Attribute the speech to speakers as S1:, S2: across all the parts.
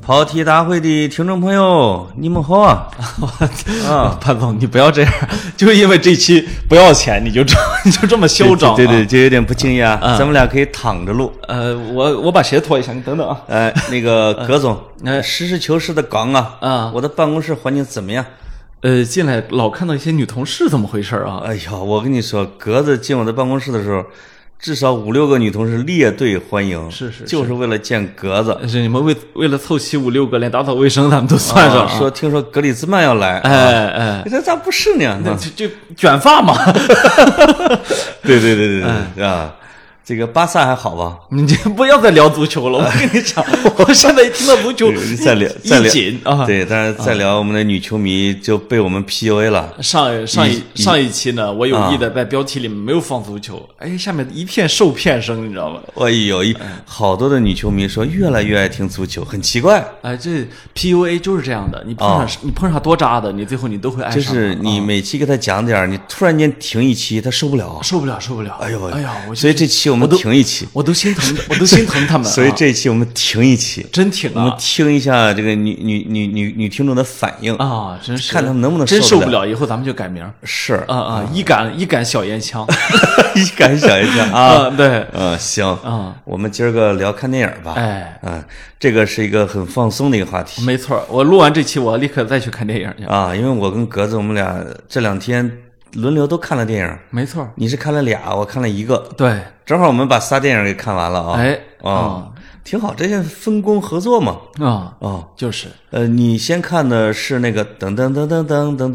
S1: 跑题大会的听众朋友，你们好 啊！啊，
S2: 潘总，你不要这样，就因为这期不要钱，你就这 你就这么嚣张、啊嗯
S1: 对对，对，就有点不敬业啊。咱们俩可以躺着 录。
S2: 呃，我我把鞋脱一下，你等等啊。
S1: 呃，那个葛总，
S2: 嗯
S1: 呃，实事求是的讲啊，
S2: 啊
S1: 我的办公室环境怎么样？
S2: 呃，进来老看到一些女同事，怎么回事啊？
S1: 哎呀，我跟你说，格子进我的办公室的时候，至少五六个女同事列队欢迎，
S2: 是是是
S1: 就是为了见格子。
S2: 是你们为为了凑齐五六个，连打扫卫生咱们都算上、
S1: 啊说，听说格里兹曼要来，
S2: 嗯哎哎，
S1: 这咋不是 呢？啊
S2: 就就卷发嘛。
S1: 对对对对对啊！这个巴萨还好吧？
S2: 你这不要再聊足球了，我跟你 讲，我现在一听到足球
S1: 对，再聊
S2: 一
S1: 再聊
S2: 一紧啊。
S1: 对，但是再聊我们的女球迷就被我们 PUA 了。
S2: 上上一啊
S1: 一
S2: 上一期呢，我有意的在标题里面没有放足球，哎，下面一片受骗声，你知道吗？
S1: 哎呦，一
S2: 嗯
S1: 好多的女球迷说越来越爱听足球，很奇怪。
S2: 哎，这 PUA 就是这样的，你碰上、你碰上多渣的，你最后你都会爱上
S1: 就
S2: 的。
S1: 啊是你
S2: 啊
S1: 每期给她讲点儿，你突然间停一期，她受不了。
S2: 受不了，受不了！
S1: 哎呦喂，
S2: 哎呀，我就
S1: 所以这期我们停一期，
S2: 我都啊 心疼，我都心疼他们啊。
S1: 所以这期我们停一期，
S2: 真挺
S1: 我们
S2: 啊
S1: 听一下这个女女女女女听众的反应。
S2: 啊，真是
S1: 看他们能不能
S2: 真
S1: 受
S2: 受
S1: 得
S2: 不了，以后咱们就改名儿
S1: 是
S2: 啊，啊，一杆一杆小烟枪
S1: 一感想一下 啊。
S2: 啊，对，
S1: 嗯，行
S2: 嗯，
S1: 我们今儿个聊看电影吧。
S2: 哎，
S1: 嗯，这个是一个很放松的一个话题
S2: 没错儿，我录完这期我立刻再去看电影去。
S1: 啊，因为我跟格子我们俩这两天轮流都看了电影，
S2: 没错儿，
S1: 你是看了俩，我看了一个，
S2: 对，
S1: 正好我们把仨电影给看完了啊。
S2: 哎
S1: 啊，挺好，这些分工合作嘛。
S2: 啊，
S1: 哦，
S2: 就是
S1: 呃，你先看的是那个噔噔噔噔噔噔噔，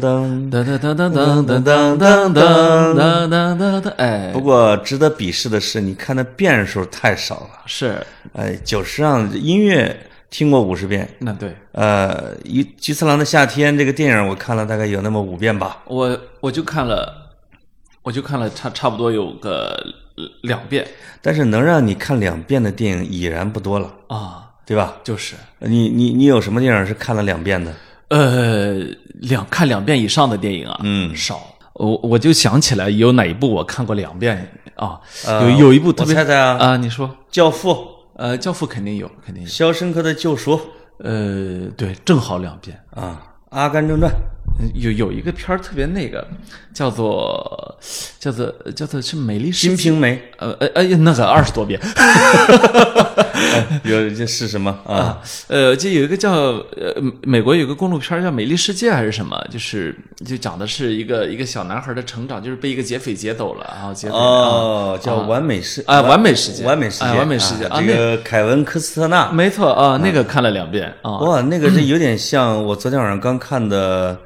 S2: 噔噔噔噔噔噔噔噔噔噔噔噔，哎
S1: 不，过值得鄙视的是，你看的遍数太少了。
S2: 是，
S1: 哎，久石让音乐听过五十遍，
S2: 那对
S1: 呃，一《菊次郎的夏天》这个电影我看了大概有那么五遍吧。
S2: 我我就看了，我就看了差差不多有个呃两遍
S1: 但是能让你看两遍的电影已然不多了，
S2: 啊，
S1: 对吧？
S2: 就是。
S1: 你你你有什么电影是看了两遍的？
S2: 呃，两看两遍以上的电影啊，
S1: 嗯
S2: 少。我我就想起来有哪一部我看过两遍啊，
S1: 呃
S2: 有有一部特
S1: 我
S2: 别
S1: 猜猜啊，
S2: 啊，你说，
S1: 教父》
S2: 呃，《教父》肯定有，肯定有。
S1: 《肖申克的救赎》
S2: 呃，对，正好两遍。
S1: 啊，《阿甘正传》
S2: 有有一个片儿特别那个，叫做叫做叫做是《美
S1: 《
S2: 丽世
S1: 金
S2: 界》。
S1: 瓶 梅
S2: 呃呃呃，那个二十多 遍，》
S1: 哎有这是什么啊？
S2: 呃，就有一个叫呃，美国有一个公路片儿叫《美丽世界》还是什么，就是就讲的是一个一个小男孩的成长，就是被一个劫匪劫走了，然后劫匪啊
S1: 哦，叫《完美世》
S2: 啊，完美世界，
S1: 完美世界，
S2: 哎完美世界
S1: 啊
S2: 啊，
S1: 这个嗯凯文·科斯特
S2: 那
S1: 纳，
S2: 没错啊，那个看了两遍啊
S1: 哇，那个是有点像我昨天晚上刚看的，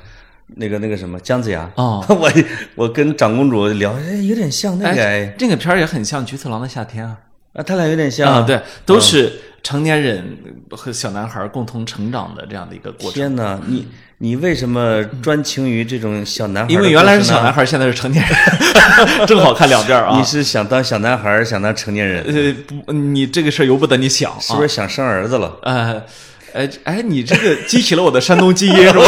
S1: 那个那个什么姜子牙
S2: 哦
S1: 我我跟长公主聊，哎，有点像那个哎，
S2: 这个片儿也很像《菊次郎的夏天》啊
S1: 啊，他俩有点像
S2: 啊，，对，都是成年人和小男孩共同成长的这样的一个过程。
S1: 天哪，你你为什么专情于这种小男孩的
S2: 因
S1: 故事呢？
S2: 为原来是小男孩，现在是成年人， 正好看两遍啊
S1: 你。是想当小男孩，想当成年人，
S2: 呃，不，你这个事儿由不得你想
S1: 是不
S2: 啊。
S1: 是想生儿子了？
S2: 呃，哎哎，你这个激起了我的山东基 因是吧？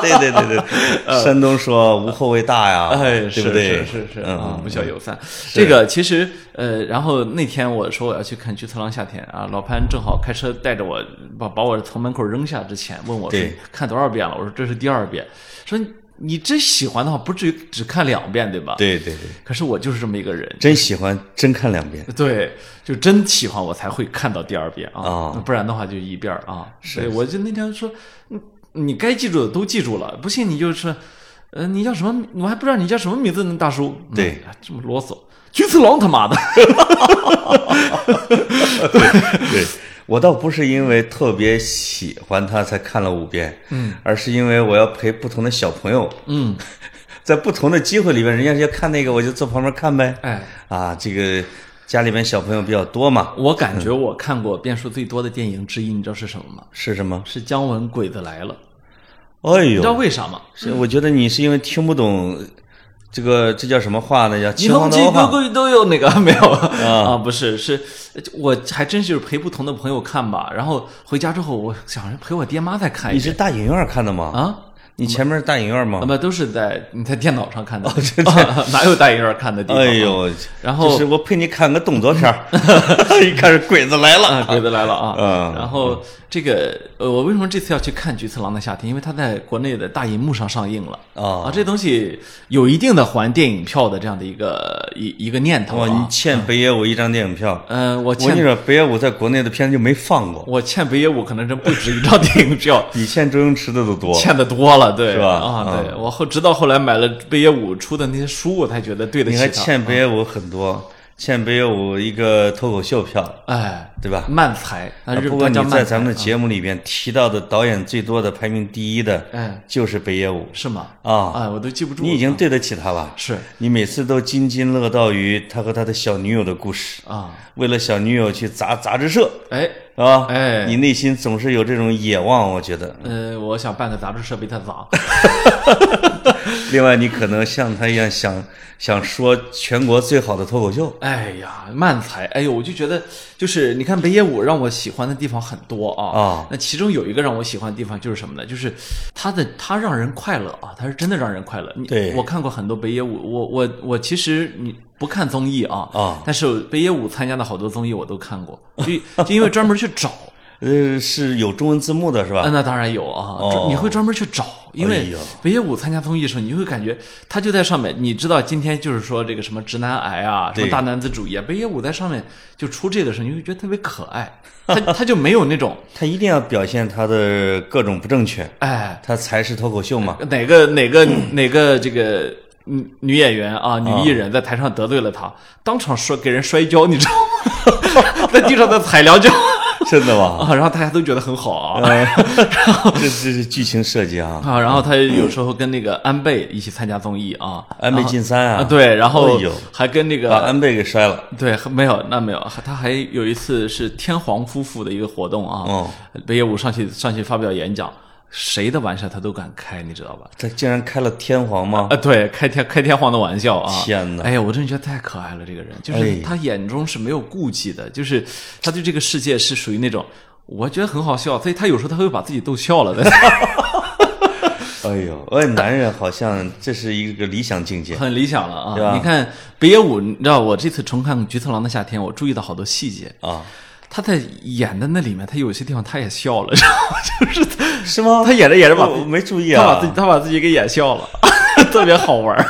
S1: 对对对 对，山东说无后为大呀，
S2: 呃哎，
S1: 对
S2: 是
S1: 不对？
S2: 是是是啊，
S1: 嗯
S2: 不，孝有三。这个其实呃，然后那天我说我要去看《菊次郎夏天》啊，老潘正好开车带着我，把把我从门口扔下之前问我说
S1: 对
S2: 看多少遍了，我说这是第二遍，说你你真喜欢的话，不至于只看两遍对吧？。
S1: 对对对，
S2: 可是我就是这么一个人。
S1: 真喜欢，真看两 遍。
S2: 对，就真喜欢我才会看到第二遍啊，
S1: 哦
S2: 不然的话就一遍儿啊。对，我就那天说，嗯你该记住的都记住了，不信你就是，呃，你叫什么？我还不知道你叫什么名字呢，大叔。嗯
S1: 对哎
S2: 哎这么啰嗦，菊次郎他妈的，
S1: 对我倒不是因为特别喜欢他才看了五遍，嗯，而是因为我要陪不同的小朋友，
S2: 嗯，
S1: 在不同的机会里边，人家要看那个，我就坐旁边看呗。
S2: 哎，
S1: 啊，这个家里面小朋友比较多嘛，
S2: 我感觉我看过遍数最多的电影之一，你知道是什么吗？
S1: 是什么？
S2: 是姜文《鬼子来了》，
S1: 哎
S2: 你知道
S1: 呦，
S2: 为啥吗？
S1: 是我觉得你是因为听不懂这个这叫什么话呢？叫
S2: 你
S1: 秦
S2: 同
S1: 皇
S2: 期
S1: 岛
S2: 都
S1: 话。
S2: 都都有那个 没有
S1: 嗯
S2: 啊？不是，是我还真是陪不同的朋友看吧。然后回家之后，我想着陪我爹妈再看
S1: 你
S2: 一
S1: 是
S2: 遍
S1: 大影院看的吗？
S2: 啊。
S1: 你前面是大影院吗
S2: 那？么都是在你在电脑上看的， 哪有大影院看的地
S1: 哦
S2: 方？
S1: 哎呦，
S2: 然后
S1: 就是我陪你看个动作片 儿， 一看是鬼子来
S2: 啊，
S1: 了，
S2: 鬼子来了啊！
S1: 嗯
S2: 然后这个呃，我为什么这次要去看《菊次郎的夏天》？因为它在国内的大银幕上上映了
S1: 哦
S2: 啊！这东西有一定的还电影票的这样的一个一一个念头
S1: 哇，你
S2: 啊。
S1: 欠北野武一张电影票。
S2: 嗯，我
S1: 我跟你
S2: 欠
S1: 说，北野武在国内的片子就没放过，，
S2: 我欠北野武可能真不止一张电影票
S1: 比欠周星驰的都多。
S2: 欠的多了，对
S1: 是吧嗯
S2: 啊，对我后直到后来买了北野武出的那些书，我才觉得对得
S1: 你
S2: 起
S1: 还
S2: 他啊
S1: 欠北野武很多，欠北野武一个脱口秀票，
S2: 哎
S1: 对吧？
S2: 漫才，
S1: 啊
S2: 啊日
S1: 不过
S2: 本
S1: 你
S2: 叫
S1: 在
S2: 漫
S1: 咱们
S2: 才
S1: 的节目里边提到的导演最多的排名第一的
S2: 哎，
S1: 就是北野武，
S2: 是吗？
S1: 啊
S2: 哎，我都记不住了。
S1: 你已经对得起他了。
S2: 是
S1: 你每次都津津乐道于他和他的小女友的故事，
S2: 啊，
S1: 为了小女友去砸杂志社，
S2: 哎。
S1: 是吧？
S2: 哎
S1: 你内心总是有这种野望，我觉得。
S2: 呃，我想办个杂志社被他砸。
S1: 另外，你可能像他一样想想说全国最好的脱口秀，
S2: 哎呀，漫才，哎呦，我就觉得，就是你看北野武让我喜欢的地方很多啊。
S1: 啊
S2: 那其中有一个让我喜欢的地方就是什么呢？就是他的他让人快乐啊，他是真的让人快乐。你
S1: 对
S2: 我看过很多北野武，我我我其实你不看综艺啊，
S1: 啊
S2: 但是北野武参加的好多综艺我都看过，就就因为专门去找。
S1: 呃，是有中文字幕的是
S2: 啊，
S1: 吧？
S2: 那当然有啊，
S1: 哦
S2: 你会专门去找，因
S1: 哎
S2: 为
S1: 呦
S2: 北野武参加综艺的时候，你就会感觉他就在上面。你知道今天就是说这个什么直男癌啊，什
S1: 对
S2: 么大男子主义啊，北野武在上面就出这个时候，你会觉得特别可爱，他他就没有那种
S1: 他一定要表现他的各种不正确，
S2: 哎
S1: 他才是脱口秀嘛。
S2: 哪个 哪个哪个这个。女女演员啊，女艺人在台上得罪了他，当场摔给人摔跤，你知道吗？ 在地上再踩两脚
S1: 真的吗？
S2: 啊，然后大家都觉得很好
S1: 嗯
S2: 啊。
S1: 这这是剧情设计啊，
S2: 啊，然后他有时候跟那个安倍一起参加综艺啊，
S1: 安倍晋三
S2: 啊，
S1: 啊，，
S2: 对，然后
S1: 哎呦
S2: 还跟那
S1: 把
S2: 个
S1: 安倍给摔了。
S2: 对，没有，那没有，他还有一次是天皇夫妇的一个活动啊，
S1: 哦，
S2: 北野武上去上去发表演讲，谁的玩笑他都敢开，你知道吧？
S1: 他竟然开了天皇吗？
S2: 啊，对，开天开天皇的玩笑啊！
S1: 天哪
S2: 哎呀，我真的觉得太可爱了，这个人就
S1: 哎
S2: 是他眼中是没有顾忌的，就是他对这个世界是属于那种我觉得很好笑，所以他有时候他会把自己逗笑了 的。呃
S1: 哎呦，哎，男人好像这是一个理想境界。
S2: 很理想了
S1: 对吧
S2: 啊！你看北野武，你知道我这次重看《菊次郎的夏天》，我注意到好多细节。
S1: 啊，
S2: 他在演的那里面，他有些地方他也笑 了，然后就是他
S1: 是吗
S2: 他演着演着把
S1: 我我没注意
S2: 他把
S1: 啊
S2: 自己，他把自己给演笑 了，特别好玩儿。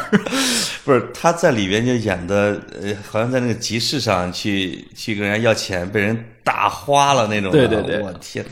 S1: 不是他在里边就演的，呃，好像在那个集市上去去跟人家要钱，被人打花了那种的。
S2: 对对对
S1: 我天，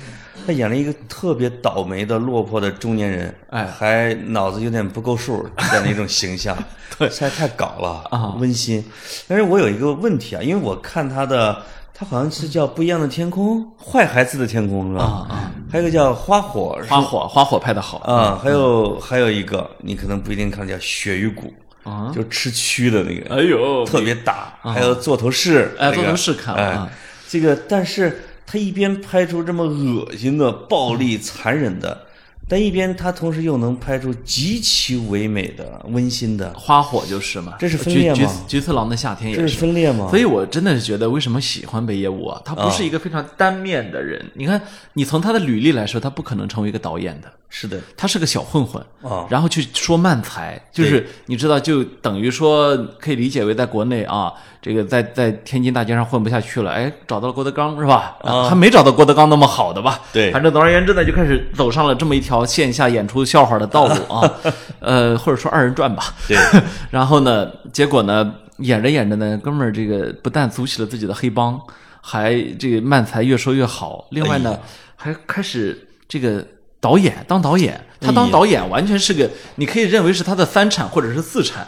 S1: 他演了一个特别倒霉的落魄的中年人，
S2: 哎
S1: 还脑子有点不够数这样的一种形 象，对，实在太搞了
S2: 啊
S1: 温馨。但是我有一个问题啊，因为我看他的。他好像是叫不一样的天空，坏孩子的天空是吧？
S2: 啊啊
S1: 还有一个叫花火，是吧
S2: 花火 花火拍的好
S1: 啊，还有还有一个，你可能不一定看叫鳕鱼骨，
S2: 啊！
S1: 就吃蛆的那个，
S2: 哎呦，啊
S1: 特别大。还有座头市，那
S2: 哎
S1: 个
S2: 座头市看了
S1: 哎
S2: 啊，
S1: 这个但是他一边拍出这么恶心的、暴力、
S2: 嗯
S1: 残忍的，但一边他同时又能拍出极其唯美的、温馨的，
S2: 花火就是嘛，
S1: 这是分
S2: 菊
S1: 裂吗
S2: 菊菊次郎的夏天也
S1: 这是分裂吗？
S2: 所以，我真的是觉得，为什么喜欢北野武啊？他不是一个非常单面的人。
S1: 嗯
S2: 你看，你从他的履历来说，他不可能成为一个导演的。
S1: 是的，
S2: 他是个小混混
S1: 啊
S2: 然后去说漫才，就是你知道，就等于说可以理解为在国内啊，这个在在天津大街上混不下去了，哎，找到了郭德纲是吧？啊，还没找到郭德纲那么好的吧？
S1: 对
S2: 反正总而言之呢，就开始走上了这么一条线下演出笑话的道路 啊，呃，或者说二人转吧。
S1: 对，
S2: 然后呢，结果呢，演着演着呢，哥们儿这个不但组起了自己的黑帮，还这个漫才越说越好。另外
S1: 哎
S2: 呢，还开始这个导演当导演，他
S1: 哎
S2: 当
S1: 呀
S2: 导演完全是个，你可以认为是他的三产或者是四产。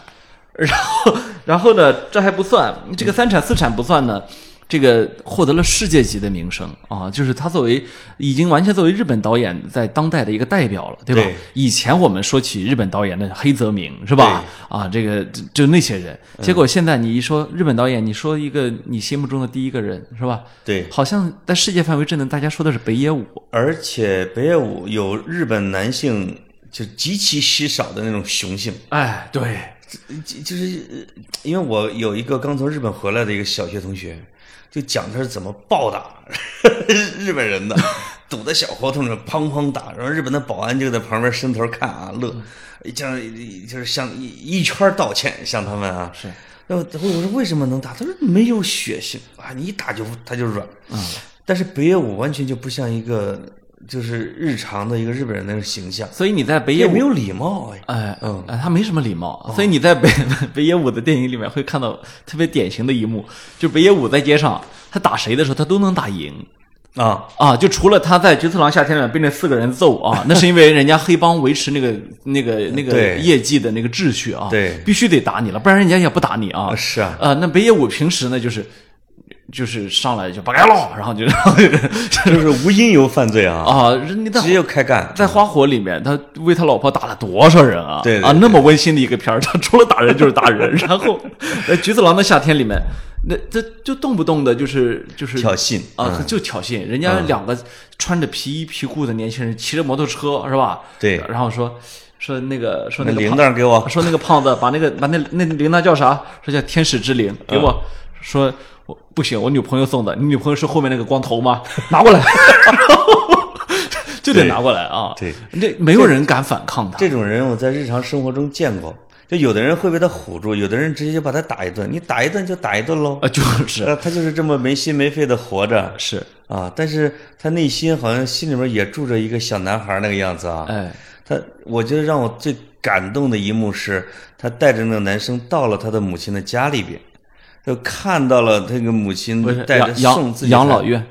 S2: 然后，然后呢，这还不算，这个三产四产不算呢。这个获得了世界级的名声 啊，就是他作为已经完全作为日本导演在当代的一个代表了，对吧？
S1: 对
S2: 以前我们说起日本导演的黑泽明是吧？啊，这个就就那些人，结果现在你一说日本导演，你说一个你心目中的第一个人是吧？
S1: 对，
S2: 好像在世界范围之内，大家说的是北野武
S1: 而且北野武有日本男性就极其稀少的那种雄性。
S2: 哎，对，
S1: 就就是呃因为我有一个刚从日本回来的一个小学同学，就讲他是怎么暴打 日本人的，堵在小胡同里砰砰打，然后日本的保安就在旁边伸头看啊
S2: 嗯
S1: 乐，这样就是向一一圈道歉向他们啊。
S2: 是。
S1: 那我我说为什么能打？他说没有血性啊，你一打就他就软。嗯。但是北野武完全就不像一个就是日常的一个日本人那种形象，
S2: 所以你在北野
S1: 也
S2: 武
S1: 没有礼貌哎。
S2: 哎，
S1: 嗯哦
S2: 哎，他没什么礼貌，所以你在北 北野武的电影里面会看到特别典型的一幕，就北野武在街上，他打谁的时候，他都能打赢
S1: 啊，
S2: 啊，就除了他在《菊次郎夏天》里面被那四个人 揍啊，那是因为人家黑帮维持那个那个那个
S1: 对
S2: 业绩的那个秩序啊，
S1: 对
S2: 必须得打你了，不然人家也不打你啊
S1: 啊，是啊，
S2: 呃，那北野武平时呢就是就是上来就把该喽，然后就 然后就
S1: 就是无因由犯罪啊，
S2: 啊，你在
S1: 直接就开干。
S2: 在《花火》里面，他为他老婆打了多少人啊？
S1: 对对对
S2: 啊，那么温馨的一个片儿， 他除了打人就是打人。然后，呃，《菊次郎的夏天》里面，那这就动不动的就是就是
S1: 挑衅
S2: 啊，
S1: 嗯
S2: 就挑衅。人家两个穿着皮衣皮裤的年轻人骑着摩托车是吧？
S1: 对
S2: 然后说说那个说
S1: 那
S2: 那个
S1: 铃
S2: 胖
S1: 铛给我
S2: 说那个胖子把那个把那那铃铛叫啥？说叫天使之
S1: 嗯
S2: 铃，给我、说我不行，我女朋友送的。你女朋友是后面那个光头吗？拿过来， 就得拿过来啊！
S1: 对，
S2: 这没有人敢反抗他。
S1: 这种人我在日常生活中见过，就有的人会被他唬住，有的人直接就把他打一顿，你打一顿就打一顿喽
S2: 啊，。就是
S1: 呃，他就是这么没心没肺的活着
S2: 是，
S1: 啊，但是他内心好像心里面也住着一个小男孩那个样子啊。
S2: 哎，
S1: 他，我觉得让我最感动的一幕是，他带着那个男生到了他的母亲的家里边，就看到了这个母亲
S2: 不是
S1: 带着
S2: 养
S1: 送
S2: 养
S1: 自己
S2: 养
S1: 的
S2: 老院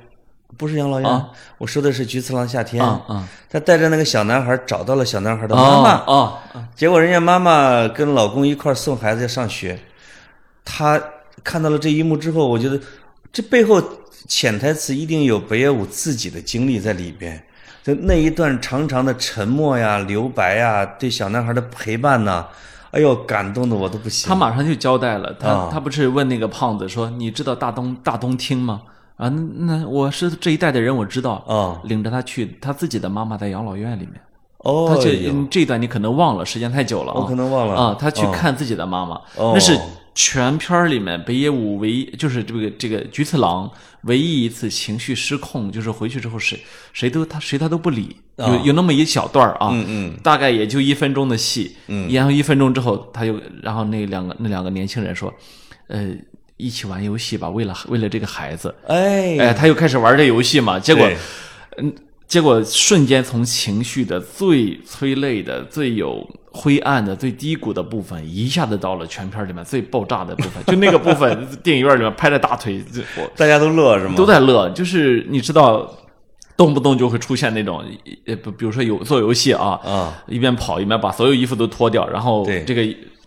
S1: 不是养老院，
S2: 啊
S1: 我说的是《菊次郎夏天》
S2: 啊啊
S1: 他带着那个小男孩找到了小男孩的嗯妈
S2: 啊
S1: 妈，
S2: 啊！
S1: 结果人家妈妈跟老公一块儿送孩子要上学，她看到了这一幕之后，我觉得这背后潜台词一定有北野武自己的经历在里边。就那一段长长的沉默呀、留白呀，对小男孩的陪伴呐、哎呦，感动的我都不行。
S2: 他马上就交代了，他
S1: 啊
S2: 他不是问那个胖子说：“你知道大东大东厅吗？”啊，那那我是这一代的人，我知道。
S1: 啊
S2: 领着他去，他自己的妈妈在养老院里面。
S1: 哦
S2: 他，
S1: 哎
S2: 这
S1: 呦
S2: 嗯这一段你可能忘了，时间太久了啊。
S1: 我可能忘了
S2: 啊，他去
S1: 嗯
S2: 看自己的妈妈，
S1: 哦
S2: 那是全片儿里面北野武唯一就是这个这个菊次郎唯一一次情绪失控，就是回去之后谁谁都他谁他都不理，
S1: 啊
S2: 有有那么一小段儿啊，
S1: 嗯嗯
S2: 大概也就一分钟的戏，嗯，然后一分钟之后他又然后那两个那两个年轻人说，呃，一起玩游戏吧，为了为了这个孩子，
S1: 哎
S2: 哎，他又开始玩这游戏嘛，结果
S1: 对，
S2: 嗯，结果瞬间从情绪的最催泪的、最有灰暗的、最低谷的部分，一下子到了全片里面最爆炸的部分，就那个部分，电影院里面拍着大腿，就我
S1: 大家都乐是吗？
S2: 都在乐，就是你知道，动不动就会出现那种，呃，不，比如说有做游戏啊，
S1: 啊，
S2: 一边跑一边把所有衣服都脱掉，然后
S1: 对
S2: 这个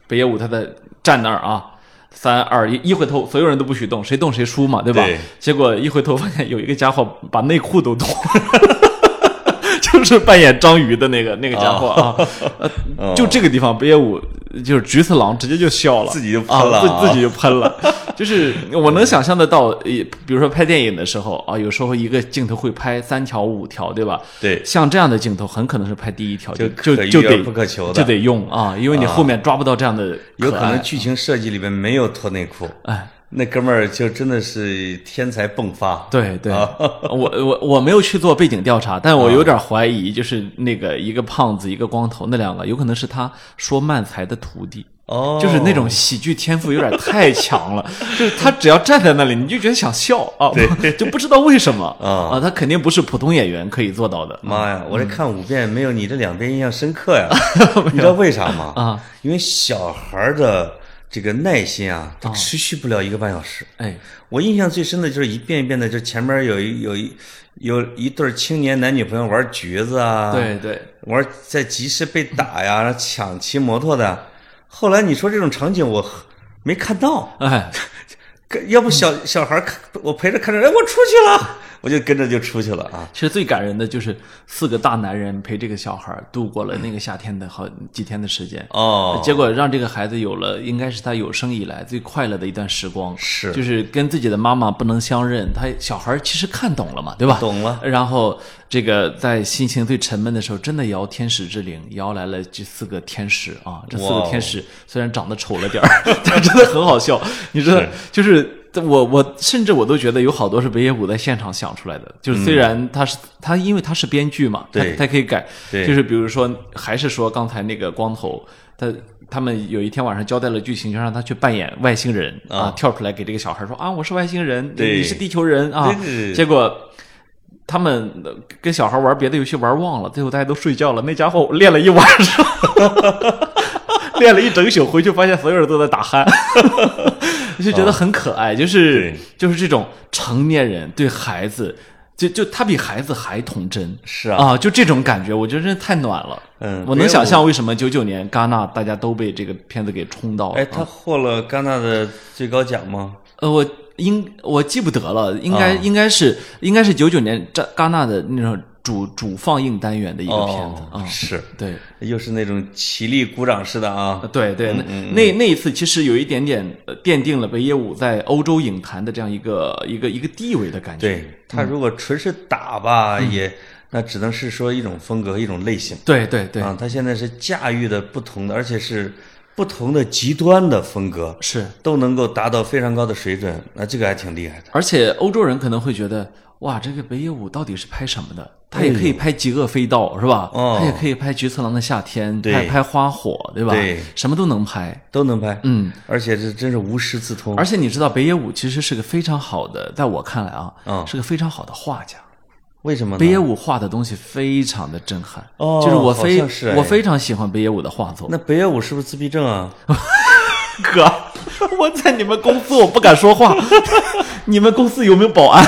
S2: 北野武他在站那儿啊。三二一，一回头，所有人都不许动，谁动谁输嘛，对吧？
S1: 对
S2: 结果一回头发现有一个家伙把内裤都脱了， 就是扮演章鱼的那个那个家伙啊，
S1: 哦
S2: 呃就这个地方，北野武就是菊次郎直接就笑了，
S1: 自己就喷了
S2: 啊
S1: 啊
S2: 自自己就喷了。就是我能想象得到，呃比如说拍电影的时候啊，有时候一个镜头会拍三条五条，对吧？
S1: 对
S2: 像这样的镜头，很可能是拍第一条就
S1: 就
S2: 就
S1: 可遇
S2: 就得
S1: 而不可求的
S2: 就得用啊，因为你后面抓不到这样的
S1: 有可
S2: 爱
S1: 能剧情设计里边没有脱内裤，
S2: 哎。
S1: 那哥们儿就真的是天才迸发。
S2: 对对，
S1: 啊
S2: 我我我没有去做背景调查，但我有点怀疑，就是那个一个胖子一个光头那两个，有可能是他说漫才的徒弟。
S1: 哦，
S2: 就是那种喜剧天赋有点太强了， 就是他只要站在那里，你就觉得想笑啊， 就不知道为什么
S1: 啊嗯
S2: 啊，他肯定不是普通演员可以做到的。
S1: 妈呀！我这看五遍没有你这两遍印象深刻 呀，你知道为啥吗？
S2: 啊，
S1: 因为小孩儿的这个耐心啊，他持续不了一个半小时。
S2: 哎，
S1: 我印象最深的就是一遍一遍的，就前面有一有一有一对儿青年男女朋友玩橘子啊，
S2: 对，对，
S1: 玩在集市被打呀，然后抢骑摩托的。后来你说这种场景我没看到，
S2: 哎，
S1: 跟要不小
S2: 嗯
S1: 小孩儿看我陪着看着，哎，我出去了，我就跟着就出去了啊。
S2: 其实最感人的就是四个大男人陪这个小孩儿度过了那个夏天的好几天的时间。
S1: 哦，
S2: 结果让这个孩子有了，应该是他有生以来最快乐的一段时光。
S1: 是
S2: 就是跟自己的妈妈不能相认，他小孩儿其实看懂了嘛，对吧？
S1: 懂了。
S2: 然后这个在心情最沉闷的时候，真的摇天使之铃，摇来了这四个天使啊！这四
S1: 哇
S2: 个
S1: 哦
S2: 天使虽然长得丑了点儿，但真的很好笑。你知道，就是。我我甚至我都觉得有好多是北野武在现场想出来的，就是虽然他是、他，因为他是编剧嘛，他
S1: 对
S2: 他可以改，
S1: 对
S2: 就是比如说还是说刚才那个光头，他他们有一天晚上交代了剧情，就让他去扮演外星人啊
S1: 啊，
S2: 跳出来给这个小孩说啊，我是外星人，你
S1: 对
S2: 你是地球人啊
S1: 对对，对
S2: 结果。他们跟小孩玩别的游戏玩忘了，最后大家都睡觉了。那家伙练了一晚上， 练了一整宿，回去发现所有人都在打鼾， 就觉得很可爱。就
S1: 啊
S2: 是
S1: 对
S2: 就是这种成年人对孩子，就就他比孩子还童真。
S1: 是啊，
S2: 啊，就这种感觉，我觉得真的太暖了。
S1: 嗯
S2: 我
S1: 北
S2: 能
S1: 野武
S2: 想象为什么九九年戛纳大家都被这个片子给冲到了。
S1: 哎，他获了戛纳的最高奖吗？
S2: 呃，我应我记不得了，应该、
S1: 啊
S2: 应该是应该是九九年戛戛纳的那种主主放映单元的一
S1: 一
S2: 个片子啊、
S1: 哦是，
S2: 对。
S1: 又是那种起立鼓掌式的啊
S2: 呃，对对，那那那一次其实有一点点呃奠定了北野武在欧洲影坛的这样一个一个一个地位的感觉。
S1: 对他如果纯是打吧，
S2: 嗯
S1: 也那只能是说一种风格、一种类型
S2: 对对对，
S1: 啊。他现在是驾驭的不同的，而且是不同的极端的风格，
S2: 是。
S1: 都能够达到非常高的水准，那这个还挺厉害的。
S2: 而且欧洲人可能会觉得，哇，这个北野武到底是拍什么的？他也可以拍《极恶飞盗》是吧？
S1: 哦
S2: 他也可以拍《菊次郎的夏天》，
S1: 对
S2: 拍拍《花火》，对吧？
S1: 对
S2: 什么都能拍。
S1: 都能拍，
S2: 嗯，
S1: 而且这真是无师自通
S2: 而。且你知道，北野武其实是个非常好的，在我看来啊，
S1: 嗯
S2: 是个非常好的画家。
S1: 为什么
S2: 北野
S1: 呢？
S2: 武画的东西非常的震撼，
S1: 哦
S2: 就是我非
S1: 好像是哎
S2: 我非常喜欢北野武的画作。
S1: 那北野武是不是自闭症啊？
S2: 哥，我在你们公司我不敢说话， 你们公司有没有保安？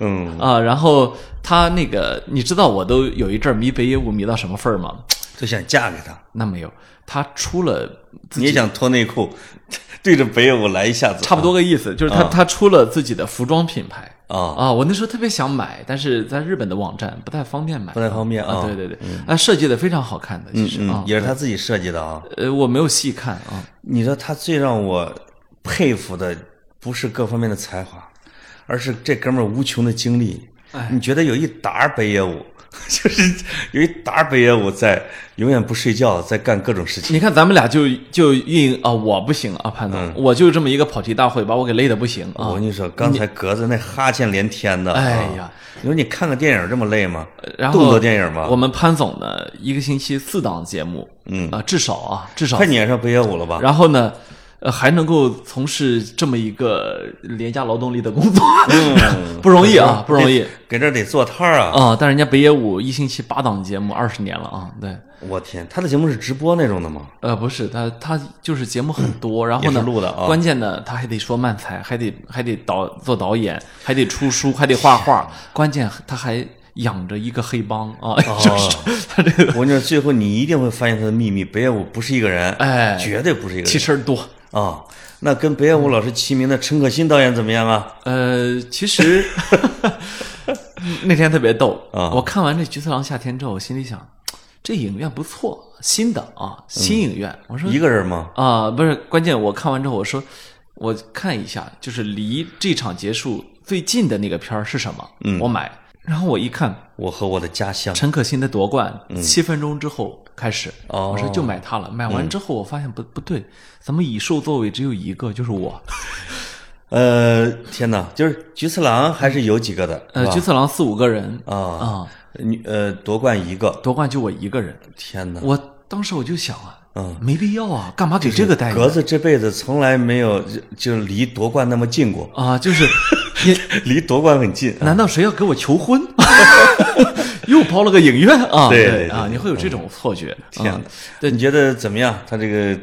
S1: 嗯，
S2: 啊，然后他那个，你知道我都有一阵儿迷北野武迷到什么份儿吗？
S1: 就想嫁给他。
S2: 那没有，他出了自
S1: 你也想脱内裤， 对着北野武来一下子，
S2: 差不多个意
S1: 嗯
S2: 思，就是他、他出了自己的服装品牌。
S1: 啊，
S2: 啊，我那时候特别想买，但是在日本的网站不太方便买，
S1: 不太方便
S2: 啊
S1: 啊
S2: 对对对，啊，设计的非常好看的，其实
S1: 嗯
S2: 啊
S1: 嗯，，也是他自己设计的啊。
S2: 呃，我没有细看啊，
S1: 你知道他最让我佩服的不是各方面的才华，而是这哥们儿无穷的精力。
S2: 哎
S1: 你觉得有一沓儿北野武， 就是有一沓儿北野武在永远不睡觉，在干各种事情。
S2: 你看咱们俩就就运啊，我不行啊，潘总，
S1: 嗯
S2: 我就这么一个跑题大会，把我给累的不行啊
S1: 我，跟你说，刚才格子那哈欠连天的，
S2: 哎
S1: 啊
S2: 呀，
S1: 你说你看个电影这么累吗？
S2: 然后
S1: 动作电影吗？
S2: 我们潘总呢，一个星期四档节目，
S1: 嗯
S2: 啊、至少啊，至少
S1: 快。撵上北野武了吧？
S2: 然后呢，呃，还能够从事这么一个廉价劳动力的工作，
S1: 嗯
S2: 不容易啊，不容易
S1: 得给这儿得做摊儿啊！
S2: 啊、但人家北野武一星期八档节目，二十年了啊，对。
S1: 我天，他的节目是直播那种的吗？
S2: 呃，不是，他他就是节目很多，然后呢，
S1: 也是录的啊
S2: 关键呢，他还得说慢才，还得还得导做导演，还得出书，还得画画，关键他还养着一个黑帮啊，
S1: 哦
S2: 就是他这个
S1: 我跟你说，最后你一定会发现他的秘密。北野武不是一个人，
S2: 哎
S1: 绝对不是一个
S2: 气
S1: 人
S2: 势儿多。
S1: 啊、那跟北野武老师齐名的陈可辛导演怎么样啊？
S2: 呃，其实 那天特别逗
S1: 啊
S2: 我看完这《菊次郎夏天》之后，我心里想，这影院不错，新的啊，新影院。我说
S1: 一个人吗？
S2: 啊、不是，关键我看完之后，我说我看一下，就是离这场结束最近的那个片儿是什么？嗯，我买。然后我一看，
S1: 我和我的家乡。
S2: 陈可辛的夺冠，七分钟之后开始，
S1: 哦
S2: 我说就买它了。买完之后，我发现不、不对，咱们以售座位只有一个，就是我。
S1: 呃，天哪，就是菊次郎还是有几个的，
S2: 呃，菊
S1: 是吧？
S2: 次郎四五个人
S1: 啊、
S2: 啊、
S1: 你呃，夺冠一个，
S2: 夺冠就我一个人。
S1: 天哪！
S2: 我当时我就想啊，
S1: 嗯，
S2: 没必要啊，干嘛给这个待遇
S1: 格子这辈子从来没有就就离夺冠那么近过，
S2: 啊？就是，你
S1: 离夺冠很近。
S2: 难道谁要给我 求婚？又包了个影院啊！
S1: 对对对嗯
S2: 啊，你会有这种错觉。
S1: 天
S2: 啊
S1: 哪！嗯对，你觉得怎么样？他这个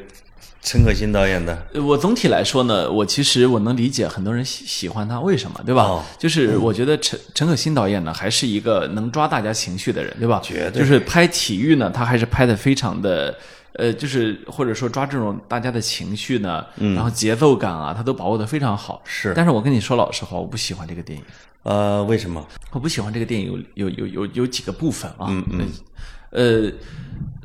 S1: 陈可辛导演的，
S2: 我总体来说呢，我其实我能理解很多人喜喜欢他为什么，对吧？
S1: 哦
S2: 就是我觉得陈陈可辛导演呢，还是一个能抓大家情绪的人，对吧？
S1: 绝对
S2: 就是拍体育呢，他还是拍的非常的。呃，就是或者说抓这种大家的情绪呢，然后节奏感啊，他都把握的非常好。
S1: 嗯是
S2: 但是我跟你说老实话，我不喜欢这个电影。
S1: 呃，为什么？
S2: 我不喜欢这个电影有有有有有几个部分啊，嗯嗯，呃，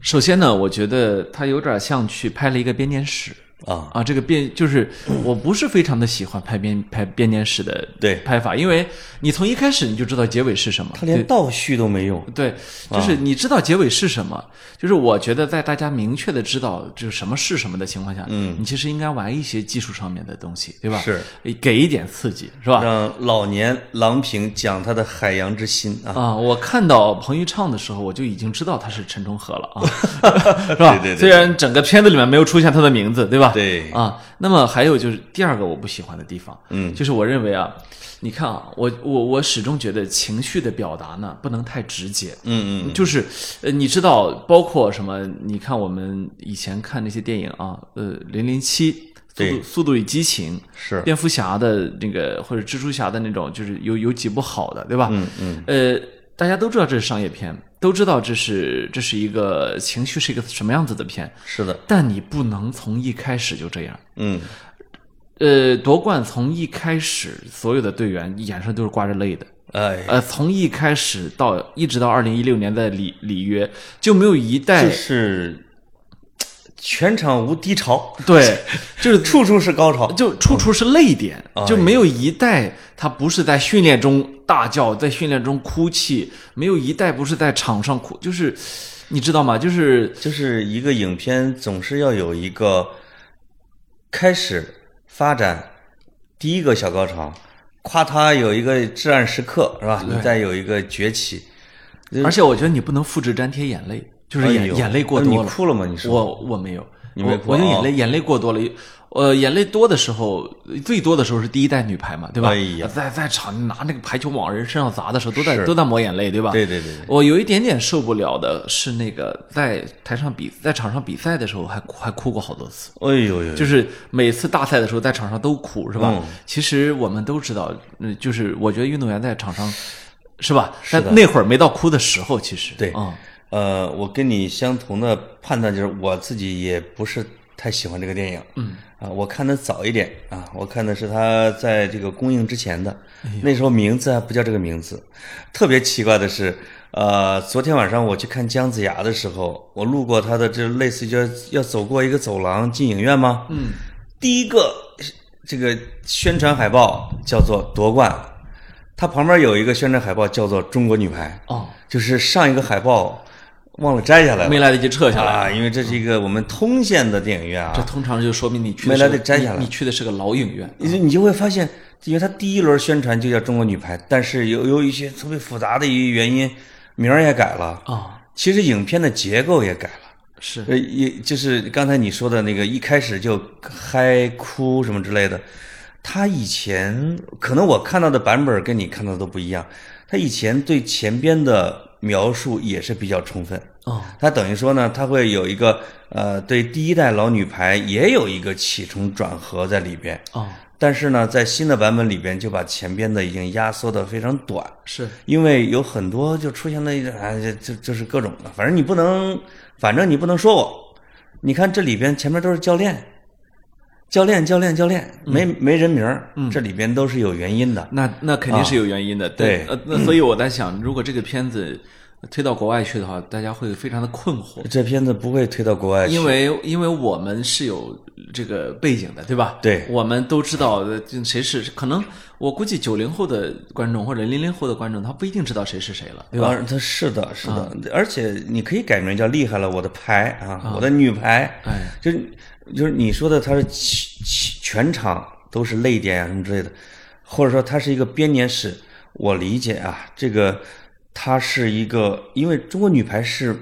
S2: 首先呢，我觉得它有点像去拍了一个编年史
S1: 啊，
S2: 啊，这个编就是我不是非常的喜欢拍编拍编年史的
S1: 对
S2: 拍法，因为你从一开始你就知道结尾是什么，
S1: 他连倒叙都没用。
S2: 对，就是你知道结尾是什么，就是我觉得在大家明确的知道就是什么是什么的情况下，嗯，你其实应该玩一些技术上面的东西，对吧？
S1: 是，
S2: 给一点刺激，是吧？
S1: 让老年郎平讲他的海洋之心啊，
S2: 啊，我看到彭昱畅的时候，我就已经知道他是陈忠和了 啊，是吧？
S1: 对对对
S2: 虽然整个片子里面没有出现他的名字，对吧？
S1: 对
S2: 啊，那么还有就是第二个我不喜欢的地方，
S1: 嗯
S2: 就是我认为啊，你看啊，我我我始终觉得情绪的表达呢不能太直接，
S1: 嗯嗯，
S2: 就是，呃，你知道，包括什么？你看我们以前看那些电影啊，呃，零零七、速
S1: 对
S2: 度、速度与激情、
S1: 是，
S2: 蝙蝠侠的那个或者蜘蛛侠的那种，就是有有几部好的，对吧？
S1: 嗯嗯，
S2: 呃，大家都知道这是商业片，都知道这是这是一个情绪是一个什么样子的片，
S1: 是的，
S2: 但你不能从一开始就这样。
S1: 嗯，
S2: 呃，夺冠从一开始，所有的队员眼上都是挂着泪的。
S1: 哎，
S2: 呃，从一开始到一直到二零一六年的里里约，就没有一代
S1: 就是全场无低潮，
S2: 对，
S1: 就是处处是高潮。
S2: 就处处是泪点，
S1: 哦哎
S2: 就没有一代他不是在训练中大叫，在训练中哭泣，没有一代不是在场上哭，就是你知道吗？就是
S1: 就是一个影片总是要有一个开始发展，第一个小高潮，夸它有一个至暗时刻是吧？你再有一个崛起，
S2: 而且我觉得你不能复制粘贴眼泪，就是
S1: 嗯
S2: 眼、
S1: 哎呦
S2: 眼泪过多
S1: 你
S2: 了。
S1: 哭了吗？你说
S2: 我我没有，
S1: 你没
S2: 我
S1: 哭
S2: 我就
S1: 啊
S2: 眼泪眼泪过多了。呃，眼泪多的时候，最多的时候是第一代女排嘛，对吧？
S1: 哎呀
S2: 在在场拿那个排球往人身上砸的时候，都在
S1: 是
S2: 都在抹眼泪，对吧？
S1: 对对对对
S2: 我有一点点受不了的是，那个在台上比在场上比赛的时候还哭还哭过好多次，
S1: 哎呦呦，
S2: 就是每次大赛的时候在场上都哭，是吧？
S1: 嗯
S2: 其实我们都知道，嗯，就是我觉得运动员在场上，是吧？
S1: 是的
S2: 但那会儿没到哭的时候，其实
S1: 对
S2: 嗯，
S1: 呃，我跟你相同的判断就是，我自己也不是太喜欢这个电影。嗯，啊，我看的早一点啊，我看的是它在这个公映之前的，那时候名字还不叫这个名字。特别奇怪的是，呃，昨天晚上我去看姜子牙的时候，我路过他的这类似于就要要走过一个走廊进影院吗？嗯，第一个这个宣传海报叫做夺冠，它旁边有一个宣传海报叫做中国女排。
S2: 哦，
S1: 就是上一个海报忘了摘下来
S2: 没
S1: 了
S2: 来得及撤下来。
S1: 啊，因为这是一个我们通县的电影院
S2: 这
S1: 啊，
S2: 通常就说明你去
S1: 没
S2: 的是
S1: 来得摘下来
S2: 你，你去的是个老影院。
S1: 你就你就会发现，因为它第一轮宣传就叫中国女排，但是由由于一些特别复杂的一些原因，名儿也改了，
S2: 啊，
S1: 其实影片的结构也改了，
S2: 是
S1: 呃，也就是刚才你说的那个一开始就嗨哭什么之类的，他以前可能我看到的版本跟你看到的都不一样，他以前对前边的描述也是比较充分。
S2: 哦，
S1: 它等于说呢，它会有一个呃，对第一代老女排也有一个起承转合在里边，
S2: 哦，
S1: 但是呢，在新的版本里边就把前边的已经压缩的非常短，
S2: 是
S1: 因为有很多就出现了一个啊，就就就是各种的，反正你不能，反正你不能说我，你看这里边前面都是教练。教练，教练，教练，没、
S2: 嗯
S1: 没人名儿，这里边都是有原因的。
S2: 那那肯定是有原因的。
S1: 啊对
S2: 呃，那所以我在想，如果这个片子推到国外去的话，大家会非常的困惑，
S1: 这片子不会推到国外去，
S2: 因为因为我们是有这个背景的，对吧？
S1: 对
S2: 我们都知道呃这谁是可能，我估计九零后的观众或者零零后的观众，他不一定知道谁是谁了，对吧？啊
S1: 吧？他嗯是的，是的，而且你可以改名叫“厉害了我的牌”啊，我的女排，
S2: 哎，
S1: 就是就是你说的，他是全全场都是泪点啊什么之类的，或者说它是一个编年史。我理解啊，这个它是一个，因为中国女排是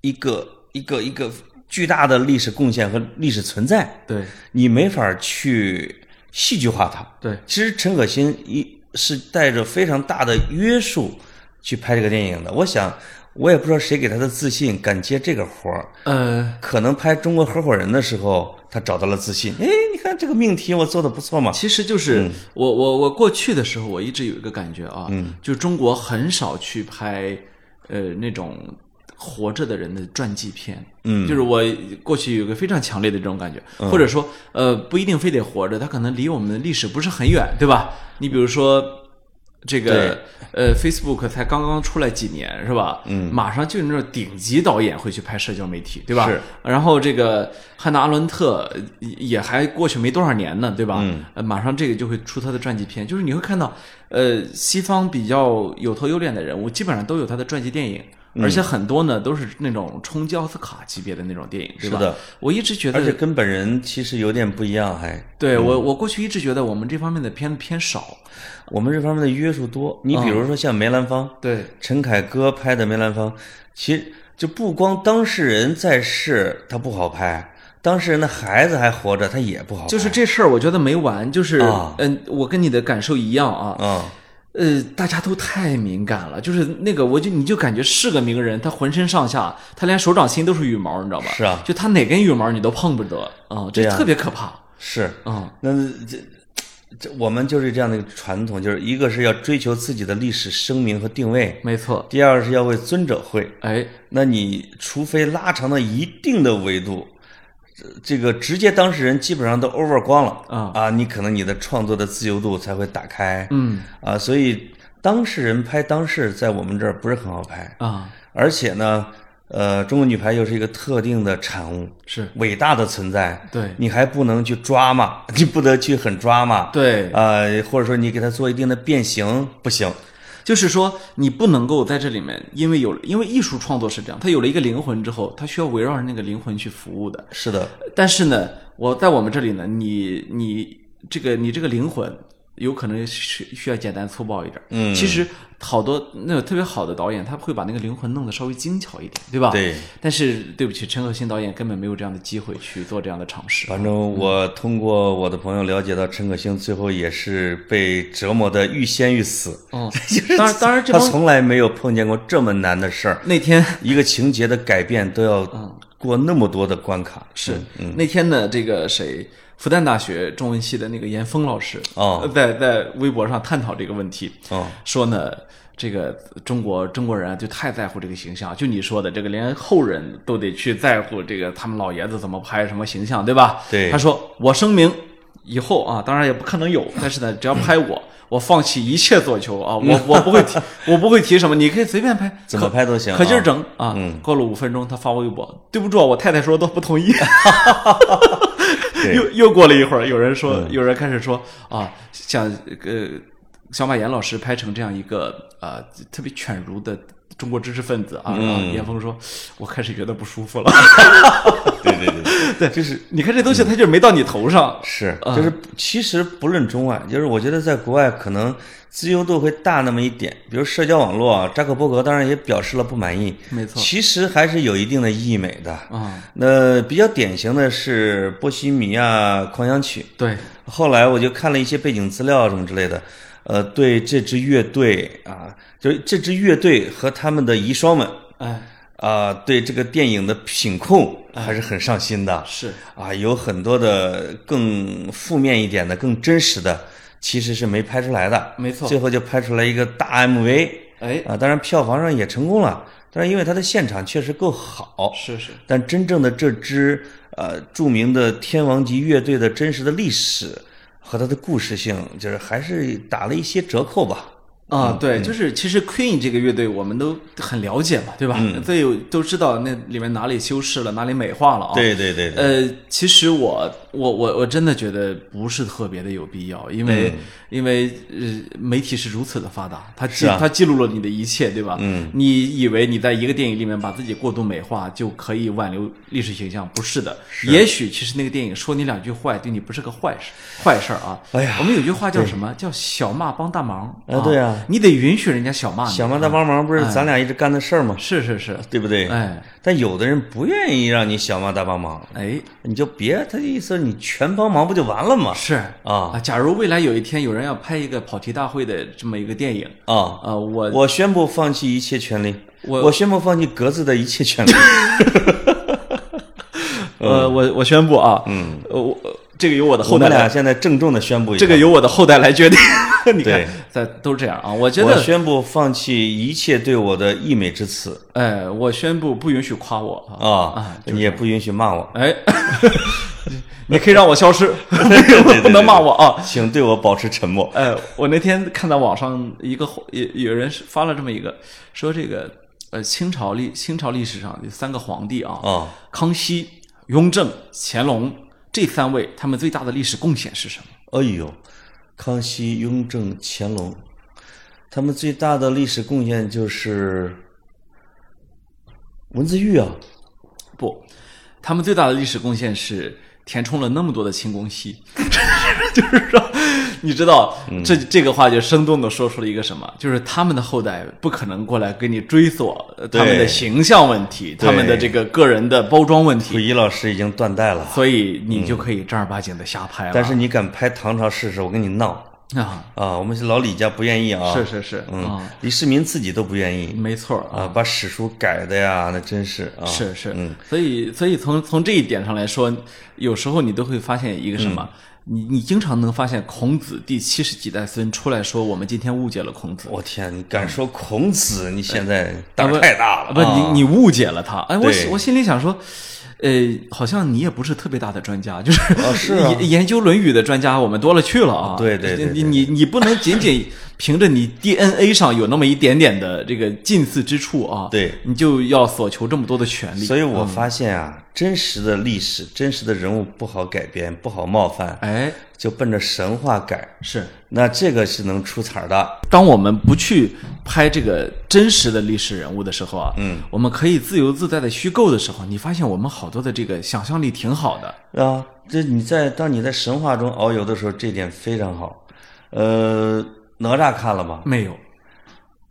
S1: 一个一个一个巨大的历史贡献和历史存在，
S2: 对
S1: 你没法去戏剧化它。
S2: 对，
S1: 其实陈可辛一是带着非常大的约束去拍这个电影的。我想，我也不知道谁给他的自信，敢接这个活儿。
S2: 呃，
S1: 可能拍《中国合伙人》的时候，他找到了自信。哎，你看这个命题我做的不错嘛。
S2: 其实就是、我我我过去的时候，我一直有一个感觉啊，就中国很少去拍呃那种活着的人的传记片，嗯，就是我过去有一个非常强烈的这种感觉，或者说呃不一定非得活着，他可能离我们的历史不是很远，对吧？你比如说。这个呃，Facebook 才刚刚出来几年是吧？嗯，马上就有那种顶级导演会去拍社交媒体，对吧？
S1: 是。
S2: 然后这个汉娜·阿伦特也也还过去没多少年呢，对吧？
S1: 嗯
S2: 呃。马上这个就会出他的传记片，就是你会看到，呃，西方比较有头有脸的人物，基本上都有他的传记电影。
S1: 嗯
S2: 而且很多呢都是那种冲击奥斯卡级别的那种电影，对吧？
S1: 是的，
S2: 我一直觉得
S1: 而且嗯跟本人其实有点不一样，哎还
S2: 对我，我过去一直觉得我们这方面的片子偏少。
S1: 我们这方面的约束多。你比如说像梅兰芳，
S2: 对，
S1: 陈凯歌拍的《梅兰芳》，其实就不光当事人在世，他不好拍，当事人的孩子还活着，他也不好拍。
S2: 就是这事儿，我觉得没完。就是，
S1: 啊
S2: 嗯，我跟你的感受一样啊。
S1: 啊、
S2: 呃，大家都太敏感了，就是那个，我就你就感觉是个名人，他浑身上下，他连手掌心都是羽毛，你知道吧？
S1: 是啊
S2: 就他哪根羽毛你都碰不得啊、这
S1: 对呀
S2: 特别可怕。
S1: 是。
S2: 嗯，
S1: 那这这我们就是这样的一个传统，就是一个是要追求自己的历史声明和定位，
S2: 没错。
S1: 第二是要为尊者会。
S2: 哎，
S1: 那你除非拉长到一定的维度，这这个直接当事人基本上都 over 光了
S2: 啊
S1: 你可能你的创作的自由度才会打开，
S2: 嗯
S1: 啊，所以当事人拍当事在我们这儿不是很好拍，
S2: 啊，
S1: 而且呢，呃，中国女排又是一个特定的产物，
S2: 是
S1: 伟大的存在，
S2: 对
S1: 你还不能去抓嘛， 你不得去很抓嘛，
S2: 对，
S1: 啊、或者说你给它做一定的变形不行，
S2: 就是说你不能够在这里面，因为有了，因为艺术创作是这样，它有了一个灵魂之后，它需要围绕着那个灵魂去服务的。
S1: 是的，
S2: 但是呢，我在我们这里呢，你你这个你这个灵魂有可能需需要简单粗暴一点。
S1: 嗯
S2: 其实好多那种特别好的导演，他会把那个灵魂弄得稍微精巧一点，对吧？。
S1: 对。
S2: 但是对不起，陈可辛导演根本没有这样的机会去做这样的尝试。
S1: 反正我通过我的朋友了解到，陈可辛最后也是被折磨的欲仙欲死。
S2: 嗯，
S1: 就是
S2: 当然当然这
S1: 他
S2: 帮
S1: 从来没有碰见过这么难的事儿，
S2: 那天
S1: 一个情节的改变都要过那么多的关卡。
S2: 嗯是、
S1: 嗯
S2: 那天呢，这个谁，复旦大学中文系的那个严峰老师
S1: 哦
S2: 在在微博上探讨这个问题。
S1: 哦，
S2: 说呢，这个中国中国人就太在乎这个形象，就你说的这个，连后人都得去在乎这个他们老爷子怎么拍什么形象，对吧？
S1: 对
S2: 他说我声明，以后啊，当然也不可能有，但是呢，只要拍我。我放弃一切所求啊！我我不会提，我不会提什么，你可以随便拍，
S1: 怎么
S2: 可
S1: 拍都行啊
S2: 可劲儿整啊！过了五分钟，他发微博，对不住啊，我太太说都不同意。
S1: 对
S2: 又又过了一会儿，有人说，有人开始说啊，想呃，小马岩老师拍成这样一个呃特别犬儒的中国知识分子啊，然后严峰说，我开始觉得不舒服 了。
S1: 对对对对，就是
S2: 你看这东西，它就是没到你头上。
S1: 是就是，其实不论中外，就是我觉得在国外可能自由度会大那么一点。比如社交网络啊，扎克伯格当然也表示了不满意，
S2: 嗯没错
S1: 其实还是有一定的溢美的。
S2: 啊，
S1: 那比较典型的是《波西米亚狂想曲》，
S2: 对，
S1: 后来我就看了一些背景资料什么之类的，呃，对这支乐队啊，就是这支乐队和他们的遗孀们
S2: 哎，
S1: 啊，对这个电影的品控
S2: 嗯
S1: 还是很上心的
S2: 是
S1: 啊，有很多的更负面一点的、更真实的，其实是没拍出来的，
S2: 没错
S1: 最后就拍出来一个大 MV
S2: 哎，
S1: 啊，当然票房上也成功了，但是因为它的现场确实够好，
S2: 是是，
S1: 但真正的这支呃著名的天王级乐队的真实的历史和它的故事性，就是还是打了一些折扣吧。
S2: 啊，对，就是其实 Queen 这个乐队我们都很了解嘛，对吧？都有都知道那里面哪里修饰了，哪里美化了啊。
S1: 对对对对，
S2: 呃，其实我我我我真的觉得不是特别的有必要，因为、
S1: 嗯
S2: 因为呃，媒体是如此的发达，它记、
S1: 是啊
S2: 它记录了你的一切，对吧？嗯，你以为你在一个电影里面把自己过度美化就可以挽留历史形象？不是的，也许其实那个电影说你两句坏，对你不是个坏事坏事儿啊。
S1: 哎呀
S2: 我们有句话叫什么？叫小骂帮大忙。
S1: 啊对啊
S2: 你得允许人家小骂你。啊
S1: 小妈大帮忙不是咱俩一直干的事儿吗？
S2: 是是是，
S1: 对不对？
S2: 哎
S1: 但有的人不愿意让你小妈大帮忙，
S2: 哎。
S1: 你就别他的意思，你全帮忙不就完了吗？
S2: 是
S1: 啊
S2: 假如未来有一天有人要拍一个跑题大会的这么一个电影，
S1: 啊！
S2: 呃，我
S1: 我宣布放弃一切权利，
S2: 我
S1: 我宣布放弃格子的一切权利。
S2: 呃我我宣布啊，嗯，我这个由我的
S1: 我
S2: 后代
S1: 们
S2: 来，
S1: 俩现在郑重的宣布一下，
S2: 这个由我的后代来决定。 你看
S1: 对，
S2: 咱都这样啊，我觉
S1: 我
S2: 得，
S1: 宣布放弃一切对我的溢美之词
S2: 哎，我宣布不允许夸我啊，
S1: 啊！你也不允许骂我。
S2: 哎， 你可以让我 消失， 不能骂我啊。
S1: 请对我保持沉默。
S2: 呃，我那天看到网上一个有有人是发了这么一个，说这个呃清朝历清朝历史上有三个皇帝啊，
S1: 哦
S2: 康熙、雍正、乾隆这三位，他们最大的历史贡献是什么？
S1: 哎呦，康熙、雍正、乾隆，他们最大的历史贡献就是文字狱啊！
S2: 不，他们最大的历史贡献是填充了那么多的清宫戏， 就是说，你知道
S1: 嗯
S2: 这这个话就生动的说出了一个什么，就是他们的后代不可能过来跟你追索呃他们的
S1: 对
S2: 形象问题，他们的这个个人的包装问
S1: 溥
S2: 题，
S1: 仪老师已经断代了，
S2: 所以你就可以正儿八经的瞎拍了。
S1: 嗯但是你敢拍唐朝试试，我跟你闹
S2: 啊，
S1: 啊！我们老李家不愿意啊，
S2: 是是是，
S1: 嗯
S2: 啊，，
S1: 李世民自己都不愿意
S2: 没错儿啊。
S1: 啊，把史书改的呀，那真是啊，
S2: 是是，
S1: 嗯，
S2: 所以所以从从这一点上来说，有时候你都会发现一个什么，
S1: 嗯
S2: 你你经常能发现孔子第七十几代孙出来说，我们今天误解了孔子，
S1: 我天，你敢说孔子？你现在
S2: 啊
S1: 胆
S2: 不
S1: 儿太大了，
S2: 不，
S1: 啊
S2: 你你误解了他。哎，我
S1: 对
S2: 心我心里想说，呃，好像你也不是特别大的专家，就是
S1: 啊是啊
S2: 研研究《论语》的专家我们多了去了啊。
S1: 对对对
S2: 你
S1: 对
S2: 你你不能仅仅凭着你 DNA 上有那么一点点的这个近似之处啊，
S1: 对
S2: 你就要索求这么多的权利。
S1: 所以我发现啊，真实的历史、真实的人物不好改编，不好冒犯，
S2: 哎，
S1: 就奔着神话改。
S2: 是。
S1: 那这个是能出彩儿的，
S2: 当我们不去拍这个真实的历史人物的时候啊，嗯，我们可以自由自在的虚构的时候，你发现我们好多的这个想象力挺好的。
S1: 啊，这你在当你在神话中遨游的时候，这点非常好。呃，哪吒看了吗？
S2: 没有，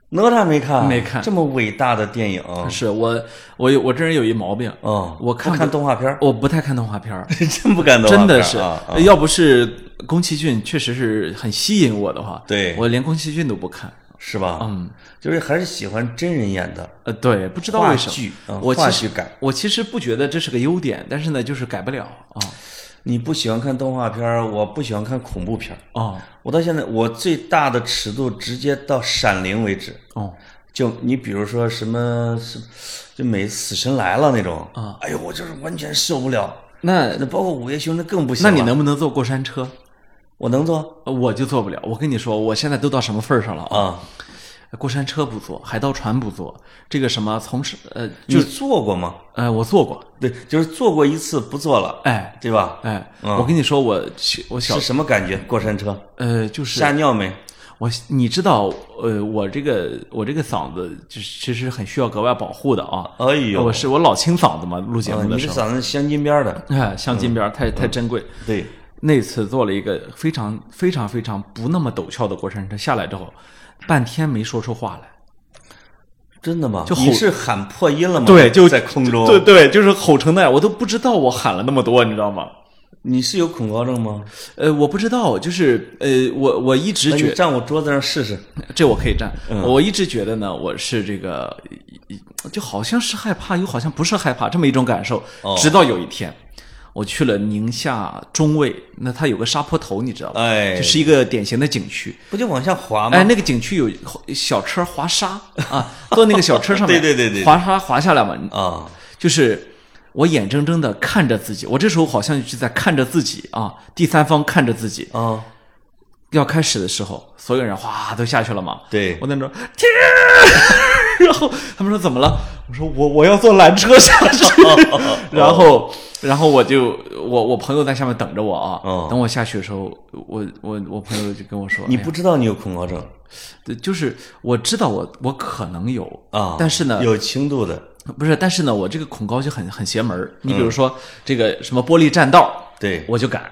S1: 哪吒没看，
S2: 没看
S1: 这么伟大的电影，
S2: 是我我有我这人有一毛病，
S1: 嗯，
S2: 我看
S1: 不看动画片儿，
S2: 我不太看动画片儿，
S1: 真不看动画
S2: 真
S1: 片儿
S2: 的是哎
S1: 啊，啊
S2: 要不是宫崎骏确实是很吸引我的话，
S1: 对
S2: 我连宫崎骏都不看。
S1: 是吧？
S2: 嗯，
S1: 就是还是喜欢真人演的，
S2: 呃，对，不知道
S1: 话
S2: 为什么
S1: 剧，啊
S2: 我
S1: 话
S2: 其实
S1: 剧感。
S2: 我其实不觉得这是个优点，但是呢，就是改不了啊
S1: 你不喜欢看动画片儿，我不喜欢看恐怖片儿。
S2: 哦
S1: 我到现在，我最大的尺度直接到《闪灵》为止。
S2: 哦
S1: 就你比如说什么什，就每死神来了那种
S2: 啊，
S1: 哎呦，我就是完全受不了。
S2: 那
S1: 那包括午夜凶铃更不行
S2: 那
S1: 了。
S2: 你能不能坐过山车？
S1: 我能做
S2: 呃我就坐不了。我跟你说，我现在都到什么份儿上了啊？
S1: 啊？
S2: 过山车不坐，海盗船不坐，这个什么从事呃就
S1: 你做过吗？
S2: 呃我坐过，
S1: 对，就是做过一次不做了，
S2: 哎
S1: 对吧？
S2: 哎，
S1: 嗯
S2: 我跟你说，我小我小
S1: 是什么感觉？过山车
S2: 呃就是
S1: 吓尿没？
S2: 我你知道呃我这个我这个嗓子就是其实很需要格外保护的啊。
S1: 哎呦，
S2: 我是我老清嗓子嘛，录节
S1: 啊
S2: 目的
S1: 你嗯
S2: 时
S1: 这
S2: 候，
S1: 嗓子镶金边儿 的，
S2: 哎，镶金边儿太太珍贵。
S1: 对，
S2: 那次做了一个非常非常非常不那么陡峭的过山车，下来之后，半天没说出话来。
S1: 真的吗？
S2: 就吼
S1: 你是喊破音了吗？
S2: 对就
S1: 在空中。
S2: 对，对，就是吼成那样，我都不知道我喊了那么多，你知道吗？
S1: 你是有恐高症吗？
S2: 呃，我不知道，就是呃，我我一直
S1: 那
S2: 觉
S1: 你站我桌子上试试。
S2: 这我可以站，我一直觉得呢，我是这个，就好像是害怕，又好像不是害怕，这么一种感受。
S1: 哦
S2: 直到有一天，我去了宁夏中卫，那它有个沙坡头，你知道吧？
S1: 哎
S2: 这是一个典型的景区。
S1: 不就往下滑吗？
S2: 哎，那个景区有小车滑沙啊，坐那个小车 上面，
S1: 对对对对
S2: 滑沙滑下来嘛，
S1: 啊，
S2: 就是我眼睁睁的看着自己，我这时候好像是在看着自己啊，第三方看着自己。
S1: 啊，
S2: 要开始的时候，所有人哗都下去了嘛。
S1: 对
S2: 我在那说天， 然后他们说怎么了？我说我我要坐缆车下去，
S1: 哦
S2: 然后然后我就我我朋友在下面等着我啊。
S1: 哦
S2: 等我下去的时候，我我我朋友就跟我说，
S1: 你
S2: 哎呀
S1: 不知道你有恐高症
S2: 对就是我知道我我可能有
S1: 啊？
S2: 但是呢，
S1: 有轻度的，
S2: 不是，但是呢，我这个恐高就很很邪门儿。你比如说、这个什么玻璃栈道，
S1: 嗯对。
S2: 我就敢，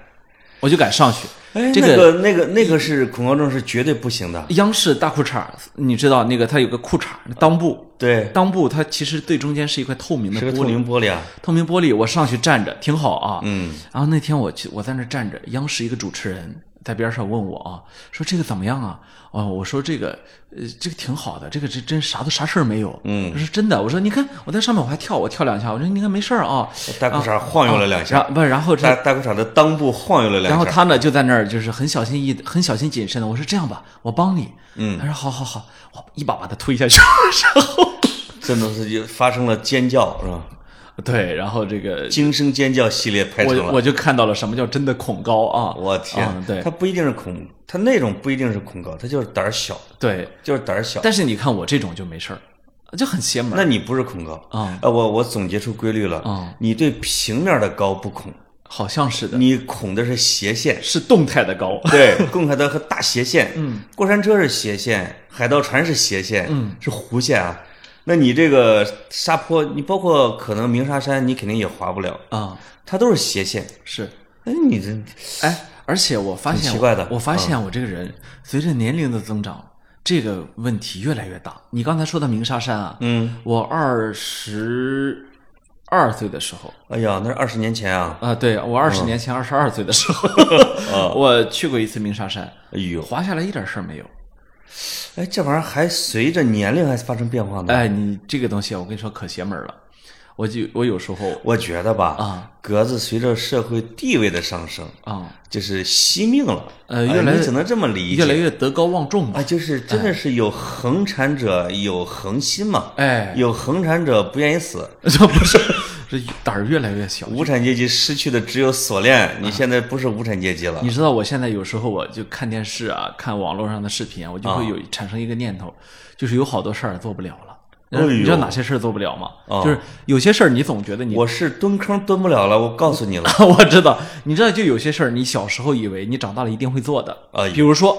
S2: 我就敢上去。
S1: 哎，
S2: 这
S1: 那个、那个、那个是恐高症是绝对不行的。
S2: 央视大裤衩儿，你知道那个它有个裤衩儿裆部，
S1: 对，
S2: 裆部它其实最中间是一块透明的
S1: 是个
S2: 玻
S1: 透
S2: 璃，
S1: 明玻璃啊。
S2: 透明玻璃，我上去站着挺好啊。
S1: 嗯，
S2: 然后那天我去，我在那儿站着，央视一个主持人在边上问我啊，说这个怎么样啊？哦，我说这个，呃，这个挺好的，这个这真啥都啥事儿没有。嗯，他说真的，我说你看我在上面我还跳，我跳两下，我说你看没事儿啊。
S1: 大裤衩晃悠了两下，
S2: 然不，啊然后这
S1: 大大裤衩的裆部晃悠了两下。
S2: 然后他呢就在那儿就是很小心翼翼、很小心谨慎的，我说这样吧，我帮你。
S1: 嗯
S2: 他说好好好，我一把把他推下去，然后
S1: 真的是就发生了尖叫，是吧？
S2: 对，然后这个
S1: 惊声尖叫系列拍成
S2: 我
S1: 了。
S2: 我就看到了什么叫真的恐高啊！
S1: 我嗯天
S2: 啊，对
S1: 他不一定是恐，他那种不一定是恐高，他就是胆儿小，
S2: 对，
S1: 就是胆儿小。
S2: 但是你看我这种就没事儿，就很邪门儿。
S1: 那你不是恐高
S2: 啊？
S1: 呃，我我总结出规律了
S2: 啊
S1: 你对平面的高不恐，
S2: 好像是的，
S1: 你恐的是斜线。
S2: 是动态的高。
S1: 对，共海的和大斜线，嗯，过山车是斜线，海盗船是斜线，嗯，是弧线啊。那你这个沙坡，你包括可能鸣沙山，你肯定也滑不了，
S2: 啊、
S1: 它都是斜线。
S2: 是，
S1: 哎，你这
S2: 哎，而且我发现
S1: 挺奇怪的嗯
S2: 我发现我这个人、随着年龄的增长，这个问题越来越大。你刚才说的鸣沙山啊，
S1: 嗯，
S2: 我二十二岁的时候
S1: 哎呀，那是二十年前啊，
S2: 啊、对我二十年前二十二岁的时候， 我去过一次鸣沙山，
S1: 嗯哎呦，
S2: 滑下来一点事儿没有。
S1: 哎，这玩意儿还随着年龄还发生变化呢。
S2: 哎，你这个东西，我跟你说可邪门儿了。我就我有时候
S1: 我觉得吧，
S2: 啊
S1: 格子随着社会地位的上升，
S2: 啊、
S1: 就是惜命了，
S2: 呃
S1: 哎
S2: 越来
S1: 你
S2: 越
S1: 只能这么理解，
S2: 越来哎越德高望重嘛
S1: 啊，。就是真的是有恒产者有恒心嘛，
S2: 哎，
S1: 有恒产者不愿意死，
S2: 这不是 这胆儿越来越小。
S1: 无产阶级失去的只有锁链，你现在不是无产阶级了
S2: 啊你，知道我现在有时候我就看电视啊，看网络上的视频啊，我就会有产生一个念头，就是有好多事儿做不了了。呃
S1: 哎呦
S2: 你知道哪些事儿做不了吗？
S1: 啊
S2: 就是有些事儿你总觉得你
S1: 我是蹲坑蹲不了了，我告诉你了，
S2: 我知道，你知道，就有些事儿，你小时候以为你长大了一定会做的
S1: 哎
S2: 比如说，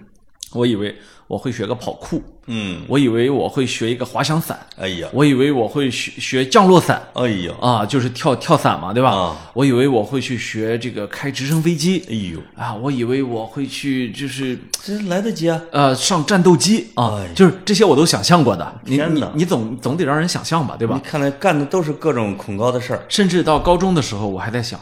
S2: 我以为我会学个跑酷，
S1: 嗯，
S2: 我以为我会学一个滑翔伞，
S1: 哎呀，
S2: 我以为我会学学降落伞
S1: 哎呀，
S2: 啊，就是跳跳伞嘛，对吧？
S1: 啊
S2: 我以为我会去学这个开直升飞
S1: 哎
S2: 机
S1: 呦，
S2: 啊，我以为我会去就是
S1: 这来得及啊，
S2: 呃上战斗机啊，
S1: 哎
S2: 就是这些我都想象过的。你
S1: 天
S2: 你
S1: 哪
S2: 你总总得让人想象吧，对吧
S1: 你？看来干的都是各种恐高的事儿，
S2: 甚至到高中的时候，我还在想，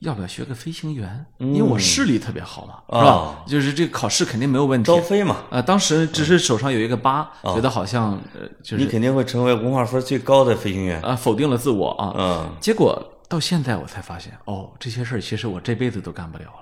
S2: 要不要学个飞行员？因为我视力特别好嘛，
S1: 嗯啊
S2: 是吧？就是这个考试肯定没有问题
S1: 高。飞嘛，
S2: 呃，当时只是手上有一个疤，觉得好像呃，就
S1: 啊你
S2: 是
S1: 肯定会成为文化分最高的飞行员，
S2: 啊，否定了自我啊。
S1: 嗯，
S2: 结果到现在我才发现，哦，这些事儿其实我这辈子都干不了了。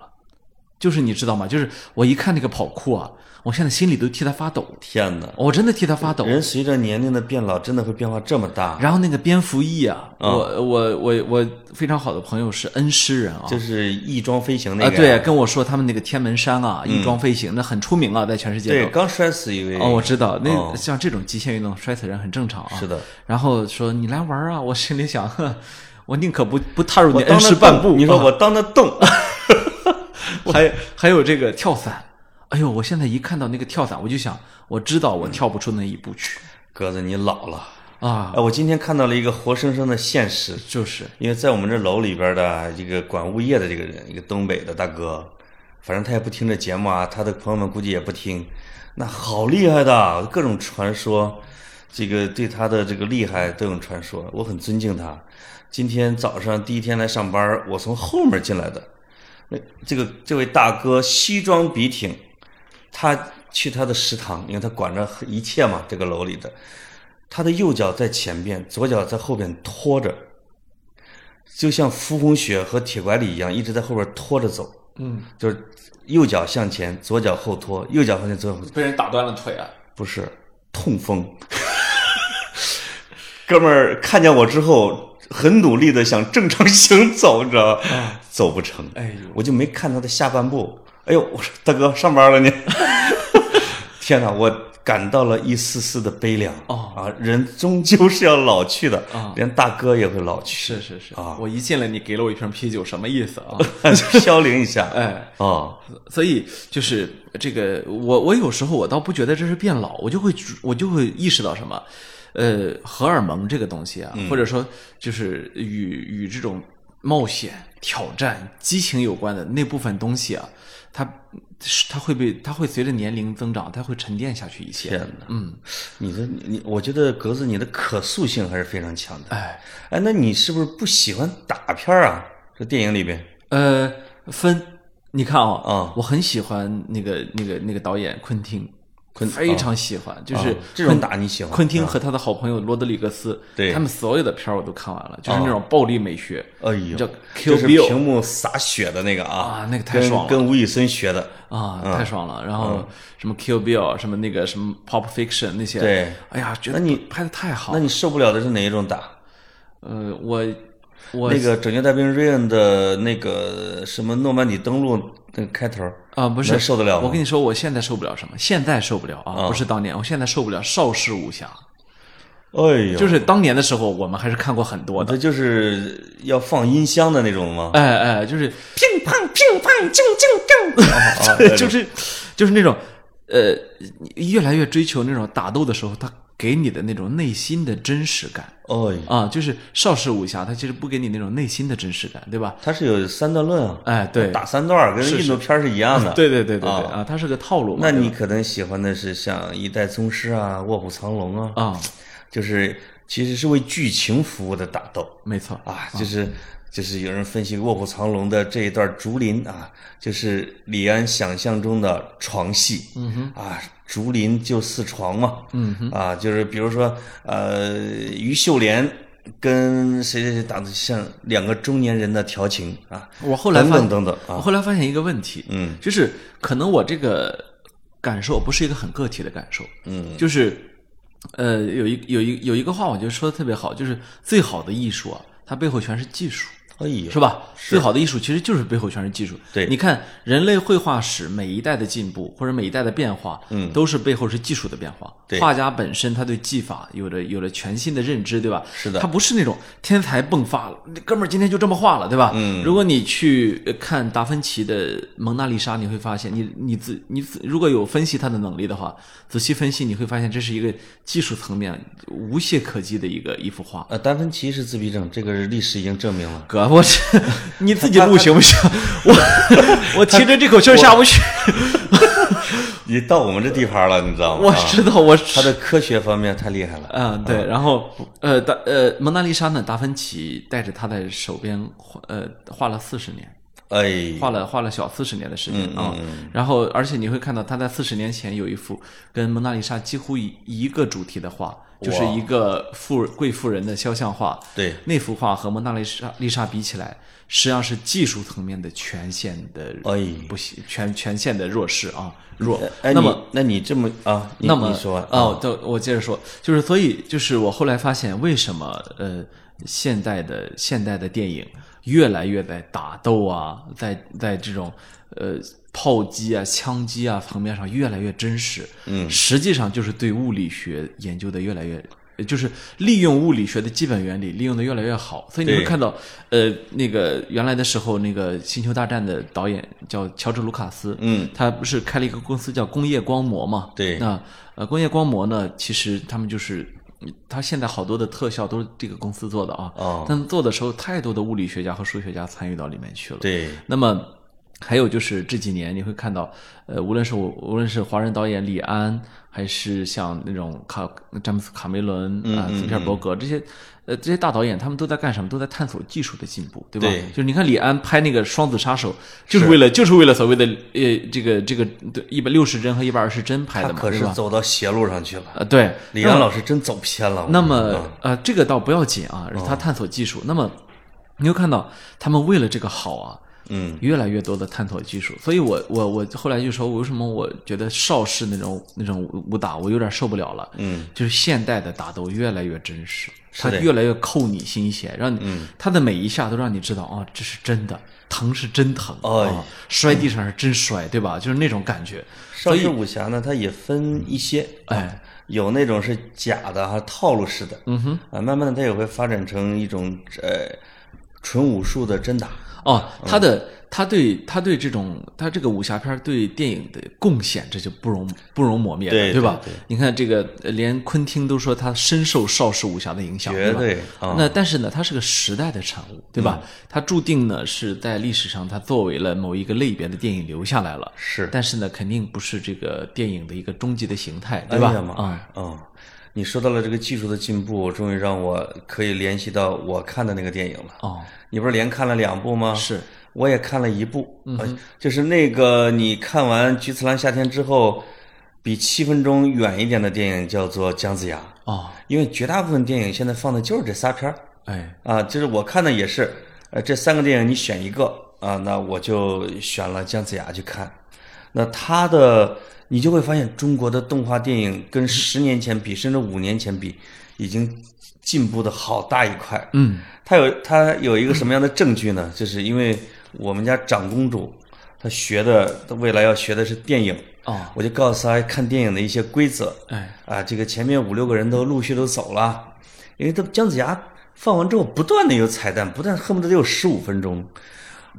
S2: 就是你知道吗？就是我一看那个跑酷啊，我现在心里都替他发抖，
S1: 天哪，
S2: 我真的替他发抖。
S1: 人随着年龄的变老，真的会变化这么大，
S2: 然后那个蝙蝠翼啊，
S1: 嗯
S2: 我我我我非常好的朋友是恩施人啊，
S1: 就是翼装飞行那
S2: 啊，
S1: 个呀，嗯
S2: 对，跟我说他们那个天门山啊，翼装飞行那很出名啊，在全世界
S1: 对，
S2: 都。
S1: 刚摔死一位，
S2: 哦，我知道，那、
S1: 哦
S2: 像这种极限运动摔死人很正常啊。
S1: 是的。
S2: 然后说你来玩啊，我心里想，呵我宁可不不踏入
S1: 我
S2: 你
S1: 当
S2: 恩
S1: 时
S2: 师半步。
S1: 你说
S2: 啊
S1: 我当的 动，
S2: 还还有这个跳伞，哎呦，我现在一看到那个跳伞，我就想，我知道我跳不出那一步去
S1: 鸽子你老了。
S2: 啊
S1: 哎，，我今天看到了一个活生生的现实，
S2: 就是
S1: 因为在我们这楼里边的这个管物业的这个人，一个东北的大哥，反正他也不听这节目啊，他的朋友们估计也不听。那好厉害的，各种传说，这个对他的这个厉害都有传说，我很尊敬他。今天早上第一天来上班，我从后面进来的，那这个这位大哥西装笔挺，他去他的食堂，因为他管着一切嘛，这个楼里的，他的右脚在前边，左脚在后边拖着，就像扶风雪和铁拐李一样，一直在后边拖着走，
S2: 嗯，
S1: 就是右脚向前，左脚后拖，右脚向前，左脚后拖，
S2: 被人打断了腿啊。
S1: 不是痛风。哥们儿看见我之后，很努力的想正常行走，你知道吗？走不成，
S2: 哎呦，
S1: 我就没看他的下半部。哎呦，我说大哥上班了呢。天哪，我感到了一丝丝的悲凉。
S2: 哦
S1: 啊，人终究是要老去的，
S2: 啊
S1: 连大哥也会老去，
S2: 是是是
S1: 啊
S2: 我一进来你给了我一瓶啤酒，什么意思啊？
S1: 飘零一下。
S2: 哎，
S1: 哦，
S2: 所以就是这个，我我有时候我倒不觉得这是变老，我就会我就会意识到什么，呃，荷尔蒙这个东西
S1: 嗯
S2: 啊，或者说就是与与这种冒险、挑战、激情有关的那部分东西啊，它是它会被它会随着年龄增长，它会沉淀下去一
S1: 天
S2: 些。
S1: 哪，
S2: 嗯，
S1: 你的你，我觉得格子你的可塑性还是非常强的。
S2: 哎，
S1: 哎，那你是不是不喜欢打片儿啊？这电影里边，
S2: 呃，分。你看啊、
S1: 啊
S2: 我很喜欢那个那个那个导演昆汀，
S1: 昆
S2: 非常喜欢，就是
S1: 啊这种
S2: 昆
S1: 打你喜欢？
S2: 昆汀和他的好朋友罗德里格斯，
S1: 对啊
S2: 他们所有的片儿我都看完了，就是那种暴力美学
S1: 哎呦，
S2: 叫
S1: 就
S2: Kill
S1: 是
S2: Bill
S1: 屏幕洒血的那个啊
S2: 啊，那个太爽了
S1: 跟跟吴宇森学的。
S2: 啊，
S1: 嗯
S2: 太爽了。然后什么 Kill Bill，什么那个什么 Pop Fiction 那些，
S1: 对，
S2: 哎呀，觉得
S1: 那你
S2: 拍的太好
S1: 那
S2: 了。
S1: 你受不了的是哪一种打？
S2: 呃，我我
S1: 那个《拯救大兵瑞恩》的那个什么诺曼底登陆那个开头，
S2: 啊、不是
S1: 能受得了吗
S2: 我跟你说，我现在受不了什么，现在受不了啊，不是当年，我现在受不了邵氏武侠。
S1: 哎呦，
S2: 就是当年的时候，我们还是看过很多的。
S1: 这就是要放音箱的那种吗？
S2: 哎哎，就是
S1: 乒乓乒乓，锵锵锵。啊
S2: 对， 就是就是那种呃，越来越追求那种打斗的时候，他给你的那种内心的真实感
S1: 哦，
S2: 啊，就是邵氏武侠，他其实不给你那种内心的真实感，对吧？
S1: 它是有三段论啊，
S2: 哎，对，
S1: 打三段儿跟
S2: 是
S1: 印度片儿是一样的。
S2: 对对对对对
S1: 啊
S2: 啊，它是个套路嘛。
S1: 那
S2: 对吧
S1: 你可能喜欢的是像《一代宗师》啊，《卧虎藏龙》啊，
S2: 啊，
S1: 就是其实是为剧情服务的打斗
S2: 没错，
S1: 啊，就是。就是有人分析《卧虎藏龙》的这一段竹林啊，就是李安想象中的床戏，嗯哼，啊，竹林就似床嘛，嗯哼，啊，就是比如说，呃，于秀莲跟谁谁谁打的像两个中年人的调情啊，
S2: 我后来
S1: 等
S2: 发
S1: 等等等
S2: 我
S1: 啊，
S2: 后来发现一个问题，
S1: 嗯，
S2: 就是可能我这个感受不是一个很个体的感受，
S1: 嗯，
S2: 就是呃，有一有一有一个话，我觉得说的特别好，就是最好的艺术啊，它背后全是技术，
S1: 哎呦，
S2: 是吧？最好的艺术其实就是背后全是技术。
S1: 对
S2: 你看人类绘画史每一代的进步或者每一代的变化，嗯，都是背后是技术的变化。
S1: 对
S2: 画家本身他对技法有着有了全新的认知，对吧？
S1: 是的
S2: 他不是那种天才迸发了，那哥们儿今天就这么画了，对吧？嗯，如果你去呃看达芬奇的《蒙娜丽莎》，你会发现你你自你自如果有分析他的能力的话，仔细分析你会发现这是一个技术层面无懈可击的一个一幅画。
S1: 呃，达芬奇是自闭症，这个是历史已经证明 了。
S2: 哥，我这你自己录行不行？ 我我提着这口气儿下不去，
S1: 你到我们这地盘了，你知道吗？
S2: 我
S1: 啊
S2: 知道我
S1: 他
S2: 是
S1: 的科学方面太厉害了。
S2: 啊，对，然后呃，达呃，蒙娜丽莎呢，达芬奇带着他在手边画呃画了四十年，
S1: 哎，
S2: 画了画了小四十年的时
S1: 嗯
S2: 间啊，然后而且你会看到他在四十年前有一幅跟蒙娜丽莎几乎一一个主题的画，就是一个富贵妇人的肖像画，
S1: 对，
S2: 那幅画和蒙娜丽莎丽莎比起来，实际上是技术层面的全线的
S1: 哎
S2: 不行，全全线的弱势啊弱。
S1: 哎，
S2: 那
S1: 你
S2: 么
S1: 那你这么啊，你
S2: 那么
S1: 你说完
S2: 哦，对，我接着说，就是所以就是我后来发现为什么呃现代的现代的电影越来越在打斗啊，在在这种呃炮击啊、枪击啊层面上越来越真实，嗯，实际上就是对物理学研究的越来越。呃就是利用物理学的基本原理，利用的越来越好，所以你会
S1: 对
S2: 看到，呃，那个原来的时候，那个《星球大战》的导演叫乔治·卢卡斯，
S1: 嗯，
S2: 他不是开了一个公司叫工业光魔嘛，
S1: 对
S2: 那呃，工业光魔呢，其实他们就是，嗯他现在好多的特效都是这个公司做的啊。
S1: 哦
S2: 但做的时候，太多的物理学家和数学家参与到里面去了。。
S1: 对，
S2: 那么，还有就是这几年你会看到，呃，无论是我，无论是华人导演李安，还是像那种卡詹姆斯卡梅伦
S1: 嗯
S2: 啊、斯皮尔伯格这些，呃，这些大导演，他们都在干什么？都在探索技术的进步，对吧？
S1: 对
S2: 就是你看李安拍那个《双子杀手》，就是为了就是为了所谓的呃这个这个一百六十帧和一百二十帧拍
S1: 他
S2: 的嘛，
S1: 可
S2: 对
S1: 是
S2: 吧？
S1: 走到邪路上去了。
S2: 呃，对，
S1: 李安老嗯师真走偏了。
S2: 那
S1: 我
S2: 么
S1: 跟
S2: 呃，这个倒不要紧啊，
S1: 哦
S2: 他探索技术。那么你会看到他们为了这个好啊，
S1: 你说嗯，
S2: 越来越多的探索技术。所以我我我后来就说，为什么我觉得邵氏那种那种武打我有点受不了了？
S1: 嗯，
S2: 就是现代的打斗越来越真实，
S1: 是
S2: 它
S1: 的嗯
S2: 越来越扣你心弦，让你、它的每一下都让你知道哦，这是真的。疼是真疼啊、
S1: 哎
S2: 摔地上是真摔，对吧？就是那种感觉。
S1: 邵氏武侠呢，它也分一些，
S2: 哎，
S1: 有那种是假的哈，套路式的，嗯哼，啊，慢慢的它也会发展成一种呃纯武术的真打。
S2: 哦，
S1: 嗯
S2: 他的他对他对这种他这个武侠片儿对电影的贡献，这就不容不容磨灭的，
S1: 对
S2: 吧
S1: 对对
S2: 你看这个，呃连昆汀都说他深受邵氏武侠的影响，
S1: 绝
S2: 吧
S1: 对啊嗯
S2: 那但是呢，它是个时代的产物，对吧？它注定呢是在历史上它作为了某一个类别的电影留下来了，
S1: 是，
S2: 但是呢，肯定不是这个电影的一个终极的形态，对
S1: 哎
S2: 吧？
S1: 呀妈
S2: 啊、
S1: 嗯，你说到了这个技术的进步，终于让我可以联系到我看的那个电影了。
S2: 哦，
S1: 你不是连看了两部吗？
S2: 是，
S1: 我也看了一部，呃就是那个你看完《菊次郎夏天》之后，比七分钟远一点的电影叫做《姜子牙》，
S2: 哦，
S1: 因为绝大部分电影现在放的就是这仨片儿
S2: 哎，
S1: 啊，就是我看的也是，呃，这三个电影你选一个啊，那我就选了姜子牙去看。那他的你就会发现中国的动画电影跟十年前比，甚至五年前比，已经进步的好大一块。
S2: 嗯，
S1: 它有它有一个什么样的证据呢？就是因为我们家长公主，她学的，她未来要学的是电影。
S2: 哦，
S1: 我就告诉她看电影的一些规则。
S2: 哎，
S1: 啊，这个前面五六个人都陆续都走了，因为他姜子牙放完之后，不断的有彩蛋，不断恨不得得有十五分钟。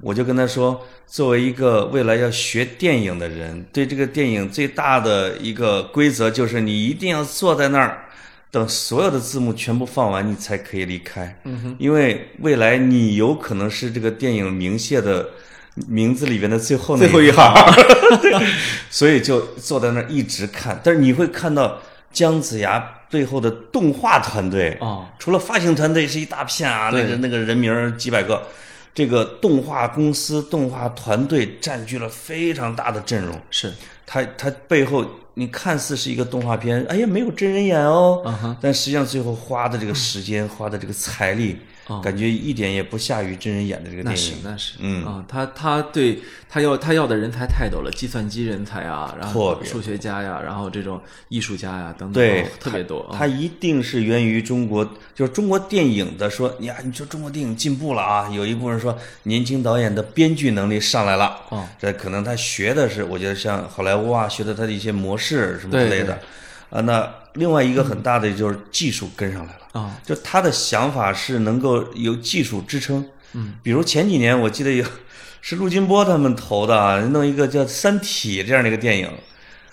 S1: 我就跟他说，作为一个未来要学电影的人，对这个电影最大的一个规则就是，你一定要坐在那儿，等所有的字幕全部放完，你才可以离开。嗯哼，因为未来你有可能是这个电影名谢的名字里边的最后那
S2: 最后
S1: 行
S2: 一行，
S1: 所以就坐在那儿一直看。但是你会看到姜子牙背后的动画团队
S2: 哦，
S1: 除了发行团队是一大片啊，
S2: 对
S1: 那个那个人名儿几百个，这个动画公司、动画团队占据了非常大的阵容。
S2: 是，
S1: 它它背后你看似是一个动画片，哎呀没有真人演哦，
S2: 嗯哼
S1: 但实际上最后花的这个时间、花的这个财力，
S2: 哦
S1: 感觉一点也不下于真人演的这个
S2: 那
S1: 电
S2: 是
S1: 影。
S2: 那是，
S1: 嗯
S2: 啊，他他对他要他要的人才太多了，计算机人才啊，然
S1: 特
S2: 后
S1: 别
S2: 数学家呀，然后这种艺术家呀等等，
S1: 对
S2: 哦，特别多。
S1: 它一定是源于中国，就是中国电影的说，呀，你说中国电影进步了啊，有一部分人说年轻导演的编剧能力上来了，
S2: 哦，
S1: 这可能他学的是，我觉得像好莱坞啊，学的他的一些模式什么之类
S2: 对对
S1: 的，啊，那另外一个很大的就是技术跟上来了。
S2: 啊
S1: 就他的想法是能够有技术支撑。嗯，比如前几年我记得有是陆金波他们投的啊，弄一个叫《三体》这样的一个电影，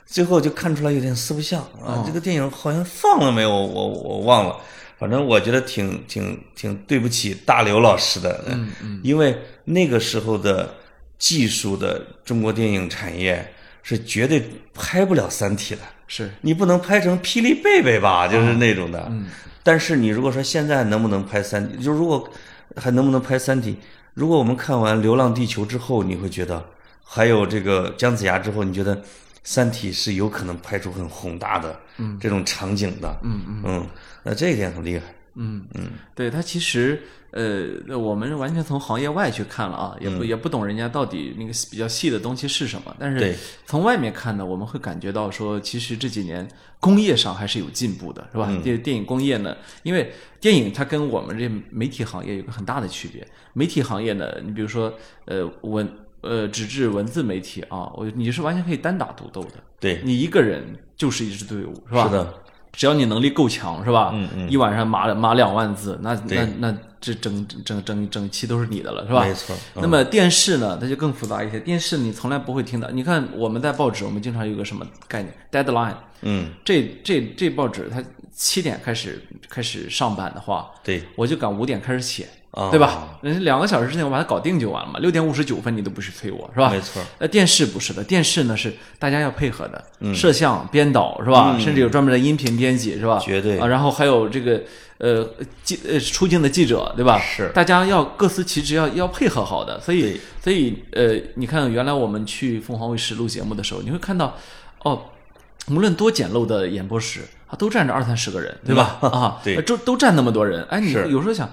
S1: 最后就看出来有点四不像啊。这个电影好像放了没有？我我我忘了。反正我觉得挺挺挺对不起大刘老师的，嗯嗯，因为那个时候的技术的中国电影产业是绝对拍不了《三体》的，
S2: 是
S1: 你不能拍成《霹雳贝贝》吧，
S2: 啊
S1: 就是那种的。嗯。但是你如果说现在还能不能拍三，就如果还能不能拍三体？如果我们看完《流浪地球》之后，你会觉得，还有这个姜子牙之后，你觉得《三体》是有可能拍出很宏大的
S2: 嗯
S1: 这种场景的。嗯嗯嗯，那这一点很厉害。
S2: 嗯嗯，对他其实呃，我们完全从行业外去看了啊，也
S1: 嗯
S2: 不、也不懂人家到底那个比较细的东西是什么，但是
S1: 对
S2: 从外面看呢，我们会感觉到说，其实这几年工业上还是有进步的，是吧？
S1: 嗯
S2: 电、电影工业呢，因为电影它跟我们这媒体行业有个很大的区别，媒体行业呢，你比如说呃文呃纸质文字媒体啊，我你是完全可以单打独斗的，
S1: 对，
S2: 你一个人就是一支队伍，是吧？
S1: 是的，
S2: 只要你能力够强，是吧？
S1: 嗯嗯
S2: 一晚上码码两万字，那那
S1: 对
S2: 那这整整整整期都是你的了，是吧？
S1: 没错嗯
S2: 那么电视呢，它就更复杂一些。电视你从来不会听到，你看我们在报纸，我们经常有个什么概念，deadline。
S1: 嗯，
S2: 这这这报纸它七点开始开始上版的话，
S1: 对，
S2: 我就赶五点开始写，
S1: 啊
S2: 对吧？人家两个小时之内我把它搞定就完了嘛。六点五十九分你都不许催我，是吧？
S1: 啊没错。
S2: 呃，电视不是的，电视呢是大家要配合的，
S1: 嗯
S2: 摄像、编导是吧？甚至有专门的音频编辑是吧？
S1: 绝对
S2: 啊，然后还有这个呃记呃出镜的记者对吧？
S1: 是
S2: 大家要各司其职，要要配合好的。所以
S1: 对
S2: 所以呃，你看原来我们去凤凰卫视录节目的时候，你会看到哦，无论多简陋的演播室，啊，都站着二三十个人，对吧？啊，
S1: 对
S2: 呃都都站那么多人，哎，你
S1: 是嗯
S2: 有时候想。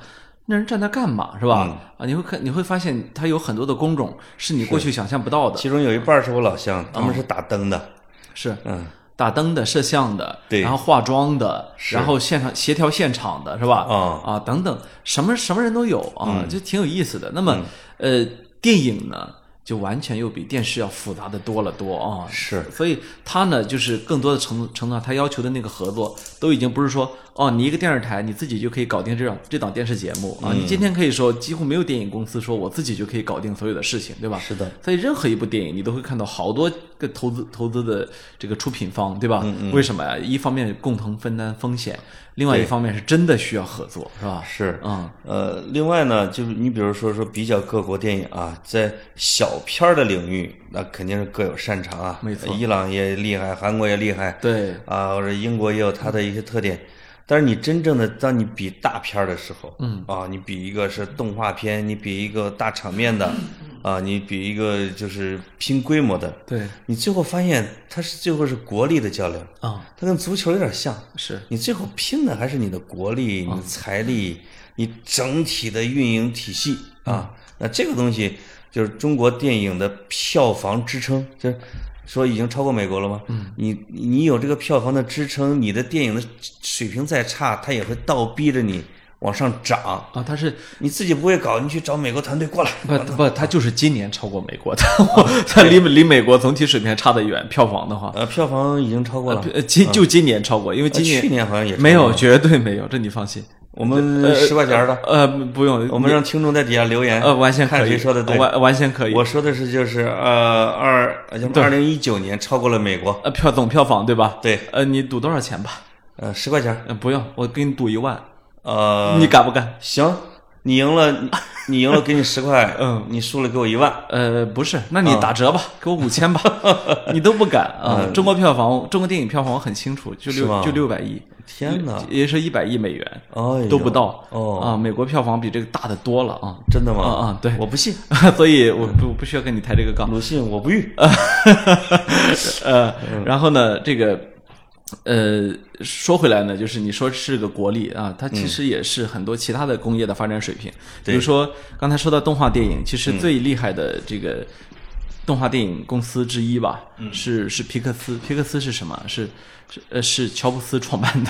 S2: 那人站那干嘛是吧？啊，你会看，你会发现它有很多的工种是你过去想象不到的。
S1: 其中有一半是我老乡，他
S2: 啊
S1: 们是打灯的。
S2: 是
S1: 嗯，
S2: 打灯的、摄像的，
S1: 对
S2: 然后化妆的，
S1: 是
S2: 然后现场协调现场的，是吧？
S1: 啊
S2: 啊，等等，什么什么人都有啊，
S1: 嗯
S2: 就挺有意思的。那么，呃，电影呢，就完全又比电视要复杂的多了多啊。
S1: 是
S2: 所以它呢，就是更多的程度程度上，它要求的那个合作，都已经不是说哦，你一个电视台你自己就可以搞定这档这档电视节目啊。你今天可以说，几乎没有电影公司说我自己就可以搞定所有的事情，对吧？
S1: 是的。
S2: 所以任何一部电影，你都会看到好多个投资投资的这个出品方，对吧？为什么呀？一方面共同分担风险，另外一
S1: 对
S2: 方面是真的需要合作，是吧？
S1: 是，
S2: 嗯，
S1: 呃，另外呢，就是你比如说说比较各国电影啊，在小片儿的领域，那肯定是各有擅长啊。
S2: 没错
S1: 伊朗也厉害，韩国也厉害，
S2: 对，
S1: 啊，或者英国也有它的一些特点。但是你真正的当你比大片儿的时候，嗯，啊，你比一个是动画片，你比一个大场面 的，啊，你比一个就是拼规模的，
S2: 对，
S1: 你最后发现它是最后是国力的较量，
S2: 啊、
S1: 它跟足球有点像，
S2: 是
S1: 你最后拼的还是你的国力、
S2: 啊
S1: 你的财力、你整体的运营体系
S2: 嗯
S1: 啊。那这个东西就是中国电影的票房支撑，就是说已经超过美国了吗？嗯，你你有这个票房的支撑，你的电影的水平再差，它也会倒逼着你往上涨。
S2: 啊，他是
S1: 你自己不会搞，你去找美国团队过来。
S2: 不不，他就是今年超过美国的， 他离离美国总体水平还差得远，票房的话，
S1: 呃，票房已经超过了，
S2: 呃，今就今年超过，因为
S1: 嗯
S2: 今
S1: 呃去
S2: 年
S1: 年好像也超
S2: 没
S1: 过
S2: 有，
S1: 了
S2: 绝对没有，这你放心。
S1: 我们十块钱的，
S2: 呃，不用，
S1: 我们让听众在底下留言，
S2: 呃完全可
S1: 看
S2: 以，
S1: 谁说的对。
S2: 完完全可以。
S1: 我说的是就是呃二，二零一九年超过了美国，
S2: 呃，票总票房对吧？
S1: 对，
S2: 呃，你赌多少钱吧？
S1: 呃，十块钱，
S2: 嗯、不用，我给你赌一万，
S1: 呃，
S2: 你敢不敢？
S1: 行，你赢了，你你赢了，给你十块，
S2: 嗯，
S1: 你输了给我一万，
S2: 呃，不是，那
S1: 嗯
S2: 你打折吧，给我五千 吧，你都不敢啊、中国票房，中国电影票房我很清楚，就是
S1: 吗
S2: 六就六百亿，
S1: 天哪，
S2: 也是一百亿美元，
S1: 哎呦，
S2: 都不到
S1: 哦，
S2: 啊、美国票房比这个大得多了啊。
S1: 真的吗？
S2: 啊啊对
S1: 我不信，
S2: 所以我不不需要跟你抬这个 杠，
S1: 鲁迅我不嗯遇，
S2: 呃，然后呢，这个呃，说回来呢，就是你说是个国力啊，它其实也是很多其他的工业的发展水
S1: 嗯
S2: 平。比如说刚才说到动画电影，其实最厉害的这个动画电影公司之一吧，
S1: 嗯
S2: 是是皮克斯。皮克斯是什么？是是呃是乔布斯创 办的。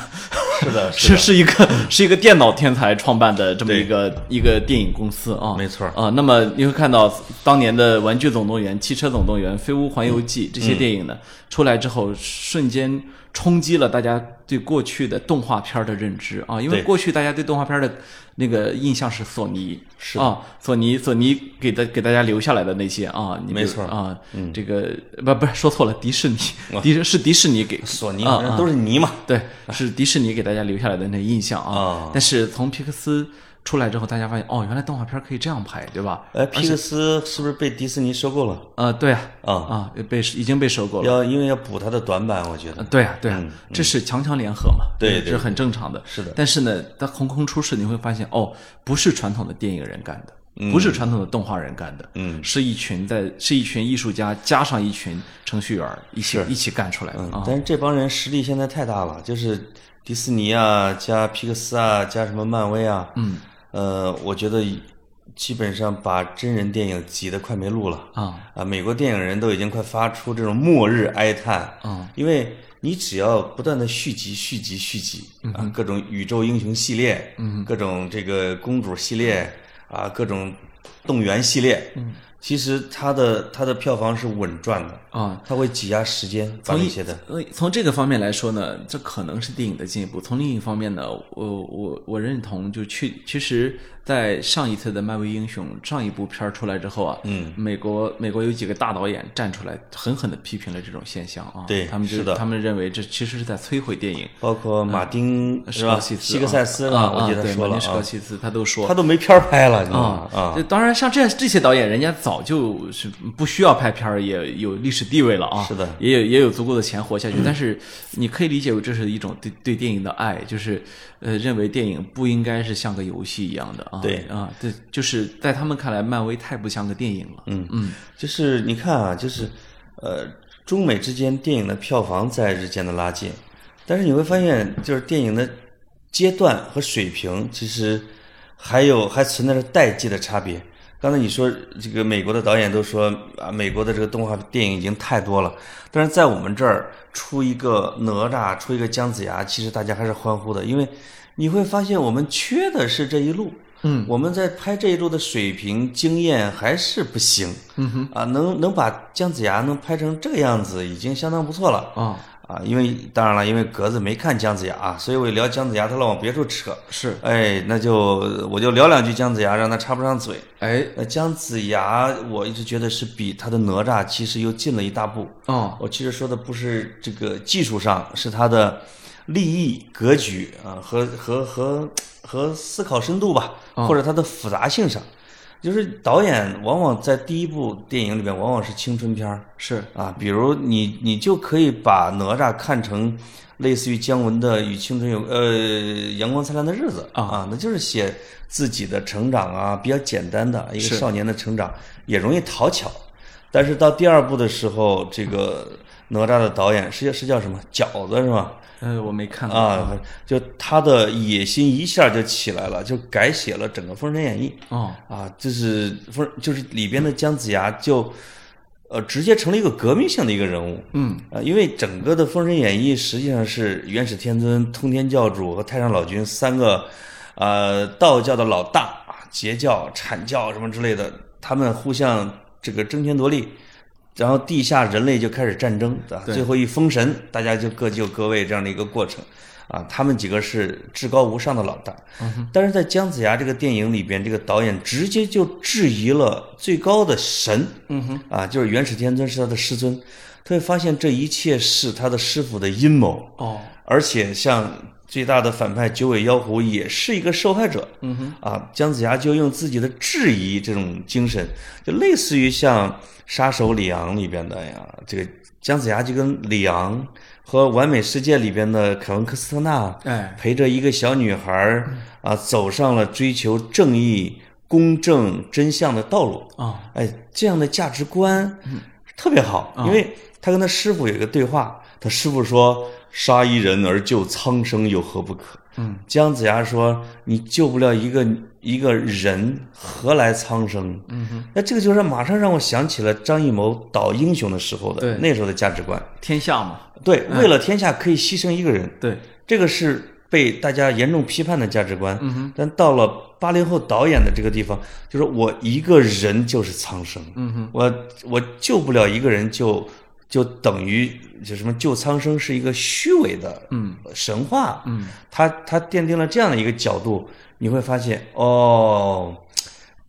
S1: 是 的，嗯
S2: 是是一个是一个电脑天才创办的这么一个一个电影公司啊，
S1: 没错儿
S2: 啊。那么你会看到当年的《玩具总动员》《汽车总动员》《飞屋环游
S1: 嗯
S2: 记》这些电影呢，出来之后瞬间冲击了大家对过去的动画片儿的认知啊，因为
S1: 对
S2: 过去大家对动画片儿的那个印象是索尼
S1: 是
S2: 啊，索尼索尼给大给大家留下来的那些啊，你比如
S1: 没错嗯哦儿
S2: 啊，这个不不是说错了，迪士尼，迪士是迪士尼给
S1: 索尼
S2: 啊
S1: 好
S2: 啊
S1: 像都是泥嘛，
S2: 对，是迪士尼给大家留下来的那印象啊
S1: 啊。
S2: 但是从皮克斯出来之后，大家发现哦，原来动画片可以这样拍，对吧？
S1: 哎，皮克斯是不是被迪士尼收购了？
S2: 呃，对啊，
S1: 啊
S2: 啊，被已经被收购了。
S1: 要因为要补它的短板，我觉得
S2: 对啊，对啊，这是强强联合嘛，
S1: 嗯对
S2: 这
S1: 对
S2: 是很正常的。
S1: 是的
S2: 但是呢，它横空出世，你会发现哦，不是传统的电影人干的，不是传统的动画人干的，
S1: 嗯，
S2: 是一群在是一群艺术家加上一群程序员儿一起一起干出来的
S1: 嗯
S2: 啊。
S1: 但是这帮人实力现在太大了，就是迪士尼啊，加皮克斯啊，加什么漫威啊，嗯，呃，我觉得基本上把真人电影挤得快没路了
S2: 啊
S1: 啊！美国电影人都已经快发出这种末日哀叹，
S2: 啊，
S1: 因为你只要不断的续集、续集、续集
S2: 嗯
S1: 啊，各种宇宙英雄系列，嗯，各种这个公主系列啊，各种动员系列，嗯，其实它的它的票房是稳赚的。
S2: 啊，
S1: 它会挤压时间，把
S2: 从
S1: 那
S2: 一
S1: 些的
S2: 呃，从这个方面来说呢，这可能是电影的进一步。从另一方面呢，我我我认同，就去其实，在上一次的漫威英雄上一部片儿出来之后啊，
S1: 嗯，
S2: 美国美国有几个大导演站出来，狠狠的批评了这种现象啊，
S1: 对
S2: 他们就是
S1: 的
S2: 他们认为这其实是在摧毁电影，
S1: 包括马丁、
S2: 史
S1: 是
S2: 高
S1: 吧？
S2: 西斯、
S1: 西格塞斯
S2: 啊，
S1: 我记
S2: 啊
S1: 得
S2: 对
S1: 他说
S2: 马
S1: 了
S2: 丁史高
S1: 啊，
S2: 西斯他都说
S1: 他都没片儿拍了，你知道吗？
S2: 啊
S1: 啊，
S2: 这当然像这这些导演，人家早就是不需要拍片儿，也有历史地位了啊。
S1: 是的
S2: 也有也有足够的钱活下去。但是你可以理解为这是一种对对电影的爱，就是呃，认为电影不应该是像个游戏一样的啊。
S1: 对
S2: 啊，对，就是在他们看来，漫威太不像个电影了。嗯嗯，
S1: 就是你看啊，就是呃，中美之间电影的票房在日渐的拉近，但是你会发现，就是电影的阶段和水平其实还有还存在着代际的差别。刚才你说这个美国的导演都说啊，美国的这个动画电影已经太多了，但是在我们这儿出一个哪吒，出一个姜子牙，其实大家还是欢呼的，因为你会发现我们缺的是这一路。嗯，我们在拍这一路的水平经验还是不行。嗯哼，啊，能能把姜子牙能拍成这个样子，已经相当不错了。
S2: 啊，
S1: 啊，因为当然了，因为格子没看姜子牙、啊所以我一聊姜子牙，他老往别处扯。
S2: 是，
S1: 哎，那就我就聊两句姜子牙，让他插不上嘴。
S2: 哎，
S1: 那姜子牙，我一直觉得是比他的哪吒其实又进了一大步。
S2: 哦，
S1: 我其实说的不是这个技术上，是他的利益格局啊，和和和和思考深度吧，或者它的复杂性上。就是导演往往在第一部电影里边，往往是青春片儿
S2: 是，
S1: 啊，比如你你就可以把哪吒看成类似于姜文的《与青春有呃阳光灿烂的日子》
S2: 啊
S1: 啊，那就是写自己的成长啊，比较简单的一个
S2: 是
S1: 少年的成长，也容易讨巧。但是到第二部的时候，这个哪吒的导演是叫是叫什么饺子是吗？
S2: 呃，我没看过。
S1: 啊，就他的野心一下就起来了，就改写了整个《封神演义》。
S2: 哦，
S1: 啊，就是不是就是里边的姜子牙就呃，直接成了一个革命性的一个人物。
S2: 嗯，
S1: 啊，因为整个的《封神演义》实际上是元始天尊、通天教主和太上老君三个，呃，道教的老大，啊截教、阐教什么之类的，他们互相这个争权夺利，然后地下人类就开始战争，啊，
S2: 对
S1: 最后一封神，大家就各就各位这样的一个过程。啊，他们几个是至高无上的老大，
S2: 嗯
S1: 但是在姜子牙这个电影里边，这个导演直接就质疑了最高的神，嗯哼，啊，就是元始天尊是他的师尊，他会发现这一切是他的师傅的阴谋，
S2: 哦，
S1: 而且像最大的反派九尾妖狐也是一个受害者，嗯哼，啊，姜子牙就用自己的质疑这种精神，就类似于像《杀手李昂》里边的呀，这个姜子牙就跟李昂和《完美世界》里边的凯文·科斯特纳，
S2: 哎，
S1: 陪着一个小女孩儿啊，走上了追求正义、公正、真相的道路。
S2: 哦，
S1: 哎，这样的价值观特别好，
S2: 嗯
S1: 因为他跟他师傅有一个对话，他师傅说：“杀一人而救苍生，有何不可？”
S2: 嗯，
S1: 姜子牙说：“你救不了一个一个人，何来苍生？”嗯哼，那这个就是马上让我想起了张艺谋导《英雄》的时候的
S2: 对
S1: 那时候的价值观。
S2: 天下嘛，
S1: 对，为了天下可以牺牲一个人。
S2: 对，
S1: 这个是被大家严重批判的价值观。
S2: 嗯
S1: 但到了八零后导演的这个地方，就是我一个人就是苍生。
S2: 嗯
S1: 我我救不了一个人就，就等于就什么救苍生是一个虚伪的神话。
S2: 嗯
S1: 他他奠定了这样的一个角度，你会发现哦，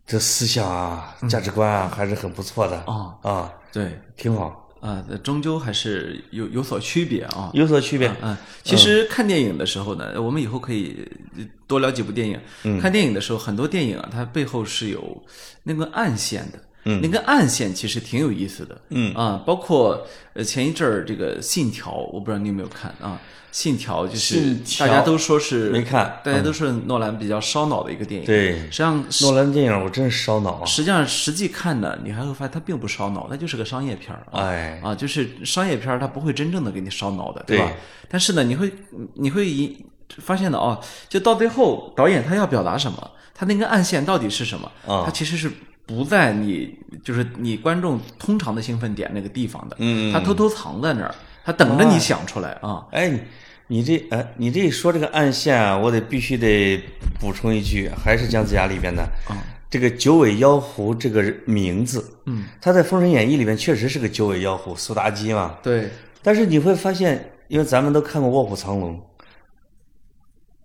S1: 这思想啊、价值观啊、还是很不错的啊、
S2: 嗯哦，对，
S1: 挺好，
S2: 啊、呃，终究还是有有所区别啊。
S1: 有所区别。
S2: 嗯，其实看电影的时候呢，我们以后可以呃多聊几部电影。
S1: 嗯
S2: 看电影的时候，很多电影啊，它背后是有那个暗线的。嗯，那个暗线其实挺有意思的。
S1: 嗯
S2: 啊，包括呃前一阵儿这个《信条》，我不知道你有没有看啊，《信条》就是
S1: 信条
S2: 大家都说是
S1: 没看
S2: 大家都说诺兰比较烧脑的一个电影。
S1: 对
S2: 实际上
S1: 诺兰电影我真是烧脑啊！
S2: 实际上实际看呢，你还会发现它并不烧脑，它就是个商业片儿啊。
S1: 哎，
S2: 啊，就是商业片儿，它不会真正的给你烧脑的，对吧？
S1: 对
S2: 但是呢，你会你会一发现的哦，就到最后导演他要表达什么，他那个暗线到底是什么？
S1: 啊
S2: 他其实是不在你就是你观众通常的兴奋点那个地方的，
S1: 嗯
S2: 他偷偷藏在那儿，他等着你想出来啊。
S1: 哎，你你这哎，你这一说这个暗线啊，我得必须得补充一句，还是姜子牙里边的，
S2: 啊
S1: 这个九尾妖狐这个名字，嗯，他在《封神演义》里面确实是个九尾妖狐苏妲己嘛，
S2: 对，
S1: 但是你会发现，因为咱们都看过《卧虎藏龙》，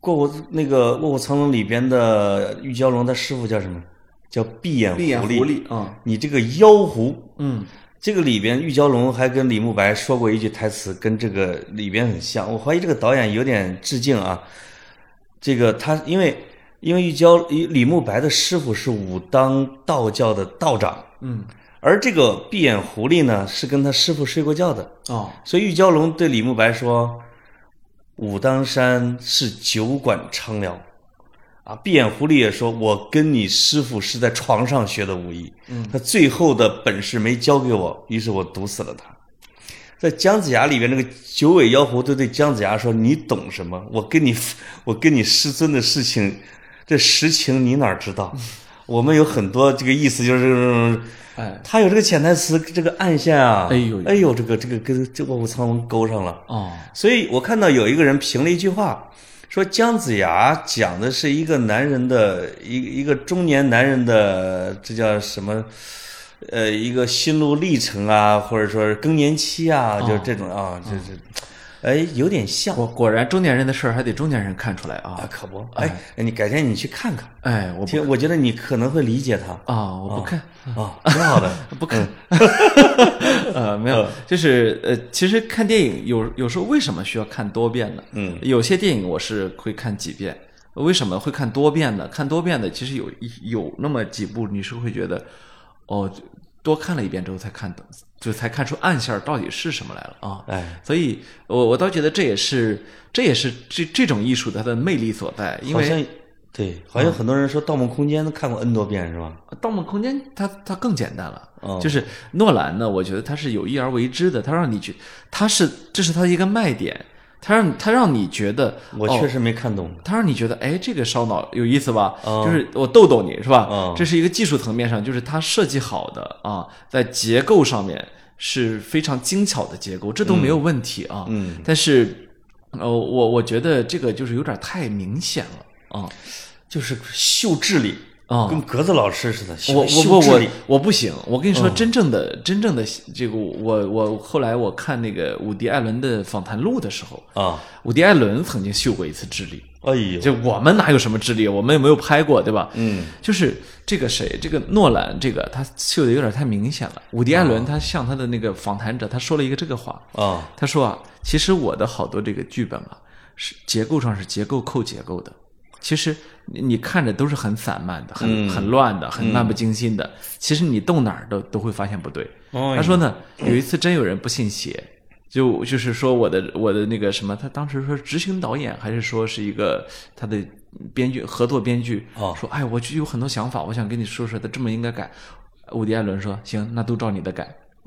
S1: 过我那个《卧虎藏龙》里边的玉娇龙，他师傅叫什么？叫闭眼狐
S2: 闭眼
S1: 狸。
S2: 狐狸啊，
S1: 你这个妖狐
S2: 嗯，
S1: 这个里边，玉娇龙还跟李慕白说过一句台词，跟这个里边很像。我怀疑这个导演有点致敬啊。这个他因为因为玉娇李李慕白的师傅是武当道教的道长，
S2: 嗯，
S1: 而这个闭眼狐狸呢是跟他师傅睡过觉的，
S2: 哦，
S1: 所以玉娇龙对李慕白说：“武当山是酒馆昌辽。”啊，闭眼狐狸也说：“我跟你师傅是在床上学的武艺，嗯，他最后的本事没教给我，于是我毒死了他。”在姜子牙里边，那个九尾妖狐都对姜子牙说：“你懂什么？我跟你，我跟你师尊的事情，这实情你哪儿知道？我们有很多这个意思，就是
S2: 哎，
S1: 他有这个潜台词，这个暗线啊，
S2: 哎呦
S1: 哎呦，这个这个跟这卧虎藏龙勾上了。
S2: 哦，
S1: 所以我看到有一个人评了一句话，说姜子牙讲的是一个男人的一个一个中年男人的这叫什么？呃，一个心路历程啊，或者说是更年期啊，
S2: 哦
S1: 就这种啊，这这，哎，有点像
S2: 果果然中年人的事儿还得中年人看出来
S1: 啊
S2: 啊。，
S1: 可不，哎，你改天你去看看，
S2: 哎，我不
S1: 其实我觉得你可能会理解他
S2: 啊，我不看。
S1: 啊，挺好的，
S2: 不看，
S1: 嗯
S2: 呃，没有，就是呃，其实看电影有有时候为什么需要看多遍呢？
S1: 嗯，
S2: 有些电影我是会看几遍，为什么会看多遍呢？看多遍的其实有一有那么几部你是会觉得，哦，多看了一遍之后才看懂，就才看出暗线儿到底是什么来了啊。
S1: 哎。
S2: 所以我我倒觉得这也是这也是这这种艺术它的魅力所在，因
S1: 好
S2: 为《嗯
S1: 像对，好像很多人说《盗梦空间》都看过 N 多遍是吧？
S2: 盗梦空间》它它更简单了。
S1: 哦
S2: 就是诺兰呢，我觉得他是有意而为之的，他让你去，他是这是他的一个卖点，他让他让你觉得，
S1: 我
S2: 哦
S1: 确实没看懂。
S2: 他让你觉得，哎，这个烧脑有意思吧？
S1: 嗯
S2: 就是我逗逗你是吧？
S1: 嗯
S2: 这是一个技术层面上，就是它设计好的啊，在结构上面是非常精巧的结构，这都没有问题啊。
S1: 嗯，
S2: 但是，呃，我我觉得这个就是有点太明显了啊
S1: 就是秀智力，
S2: 啊！
S1: 跟格子老师似的，秀
S2: 我我
S1: 秀
S2: 我
S1: 智
S2: 我
S1: 力。
S2: 我不行，我跟你说，
S1: 嗯
S2: 真正的、真正的这个我我后来我看那个伍迪·艾伦的访谈录的时候，
S1: 啊，
S2: 伍迪·艾伦曾经秀过一次智力，
S1: 哎呦，
S2: 就我们哪有什么智力，我们也没有拍过，对吧？
S1: 嗯，
S2: 就是这个谁，这个诺兰，这个他秀的有点太明显了。伍迪·艾
S1: 哦
S2: 伦他向他的那个访谈者，他说了一个这个话，
S1: 啊，
S2: 他说啊，其实我的好多这个剧本啊，是结构上是结构扣结构的，其实你你看着都是很散漫的，很、
S1: 嗯
S2: 很乱的，很漫不经心的。其实你动哪儿都都会发现不对。
S1: 哎
S2: 哦他说呢，有一次真有人不信邪，就就是说我的我的那个什么，他当时说执行导演还是说是一个他的编剧合作编剧、
S1: 哦
S2: 说，哎，我就有很多想法，我想跟你说说的，这么应该改。伍迪·艾伦说：“行，那都照你的改。”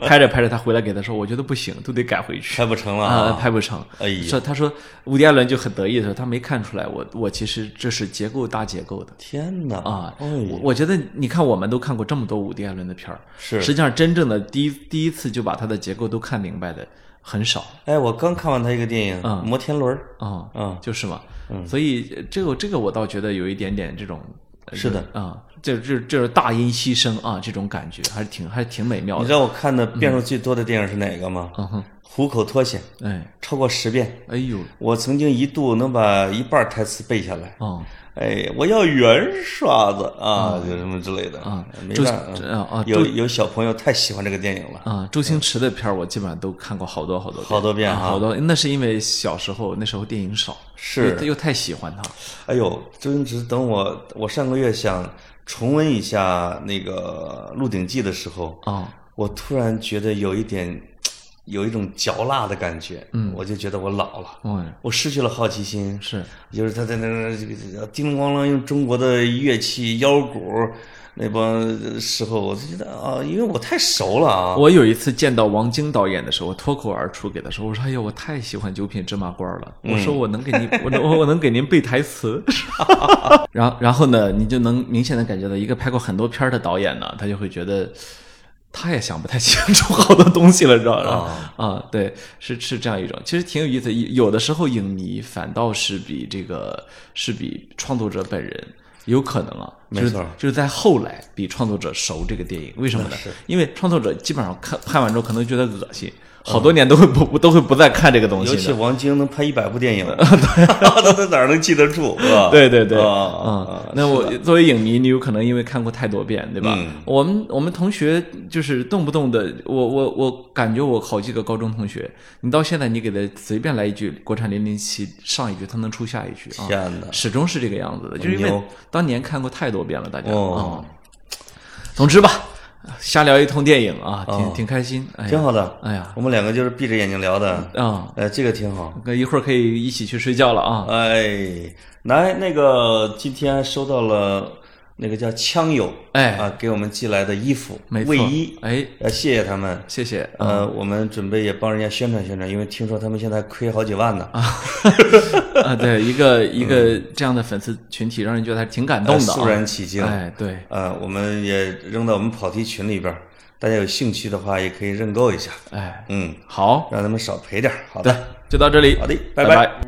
S2: 拍着拍着，他回来给他说：“我觉得不行，都得改回去。”
S1: 拍不成了
S2: 啊，
S1: 啊，
S2: 拍不成。
S1: 哎呀
S2: 说他说伍迪·艾伦就很得意的说，他没看出来我我其实这是结构搭结构的
S1: 天哪
S2: 啊。
S1: 哎
S2: 我
S1: 呦，
S2: 我觉得你看，我们都看过这么多伍迪·艾伦的片儿，
S1: 是
S2: 实际上真正的第一第一次就把他的结构都看明白的很少
S1: 哎，我刚看完他一个电影
S2: 嗯
S1: 《摩天轮儿》，
S2: 啊，
S1: 嗯
S2: 就是嘛。所以呃这个这个我倒觉得有一点点这种。呃
S1: 是的
S2: 啊，这这这是大音希声啊，这种感觉还是挺还是挺美妙
S1: 你知
S2: 的。
S1: 道我看的遍数最多的电影是哪个吗？
S2: 哦嗯哼，
S1: 虎口脱险，
S2: 哎，
S1: 超过十遍。
S2: 哎呦，
S1: 我曾经一度能把一半台词背下来。
S2: 哦，
S1: 哎，我要圆刷子啊，就什么之类的
S2: 啊
S1: 呃没
S2: 周
S1: 办
S2: 这
S1: 法，嗯
S2: 啊啊
S1: 有有小朋友太喜欢这个电影了。
S2: 啊、周星驰的片儿我基本上都看过好多好多
S1: 好多遍
S2: 啊
S1: 哈
S2: 好多。那是因为小时候那时候电影少，
S1: 是
S2: 又又太喜欢他了。
S1: 哎呦，周星驰，等我我上个月想重温一下那个《鹿鼎记》的时候，
S2: 啊、
S1: 我突然觉得有一点，有一种嚼蜡的感觉。嗯，我就觉得我老了，
S2: 嗯，
S1: 我失去了好奇心。
S2: 是
S1: 就是他在那儿叮咣啷用中国的乐器腰鼓那帮时候，我就觉得啊，因为我太熟了啊。
S2: 我有一次见到王晶导演的时候，我脱口而出给他说：“我说哎呦，我太喜欢《九品芝麻官》了。我说我能给您，我能 我我能给您背台词。然后然后呢，你就能明显的感觉到，一个拍过很多片儿的导演呢，他就会觉得。他也想不太清楚好多东西了，知道吧？ 啊，对，是是这样一种，其实挺有意思。有有的时候，影迷反倒是比这个是比创作者本人有可能啊，
S1: 没
S2: 就是
S1: 错
S2: 就是在后来比创作者熟这个电影，为什么
S1: 啊
S2: 呢？因为创作者基本上看看完之后可能觉得恶心，好多年都会不、 都会不再看这个东
S1: 尤
S2: 西
S1: 其
S2: 的。
S1: 王晶能拍一百部电 影，他在哪儿能记得住？是吧？
S2: 对对对，
S1: 啊，
S2: 嗯，那我作为影迷，你有可能因为看过太多遍，对吧？
S1: 嗯
S2: 我们我们同学就是动不动的，我我我感觉我好几个高中同学，你到现在你给他随便来一句国产零零七，上一句他能出下一句啊，
S1: 天哪！
S2: 始终是这个样子的，就是因为
S1: 牛
S2: 当年看过太多遍了，大家啊、
S1: 哎哦
S2: 总之吧，瞎聊一通电影啊，挺、
S1: 哦
S2: 挺开心，哎呀
S1: 挺好的，
S2: 哎呀，
S1: 我们两个就是闭着眼睛聊的，
S2: 啊、
S1: 呃，这个挺好。
S2: 那一会儿可以一起去睡觉了啊。
S1: 哎，来，那个今天收到了那个叫枪友，
S2: 哎
S1: 啊，给我们寄来的衣服、
S2: 没错，
S1: 卫衣，
S2: 哎，嗯
S1: 呃，谢谢他们。
S2: 谢谢。
S1: 呃，我们准备也帮人家宣传宣传，因为听说他们现在亏好几万呢，
S2: 啊，对，一个一个这样的粉丝群体，让人觉得还挺感动
S1: 嗯呃
S2: 的、啊。
S1: 肃然起敬。
S2: 哎，对，
S1: 呃，我们也扔到我们跑题群里边儿，大家有兴趣的话也可以认购一下。
S2: 哎，
S1: 嗯，
S2: 好，
S1: 让他们少赔点儿。好
S2: 对
S1: 的，，
S2: 就到这里，
S1: 好的，
S2: 拜
S1: 拜
S2: 拜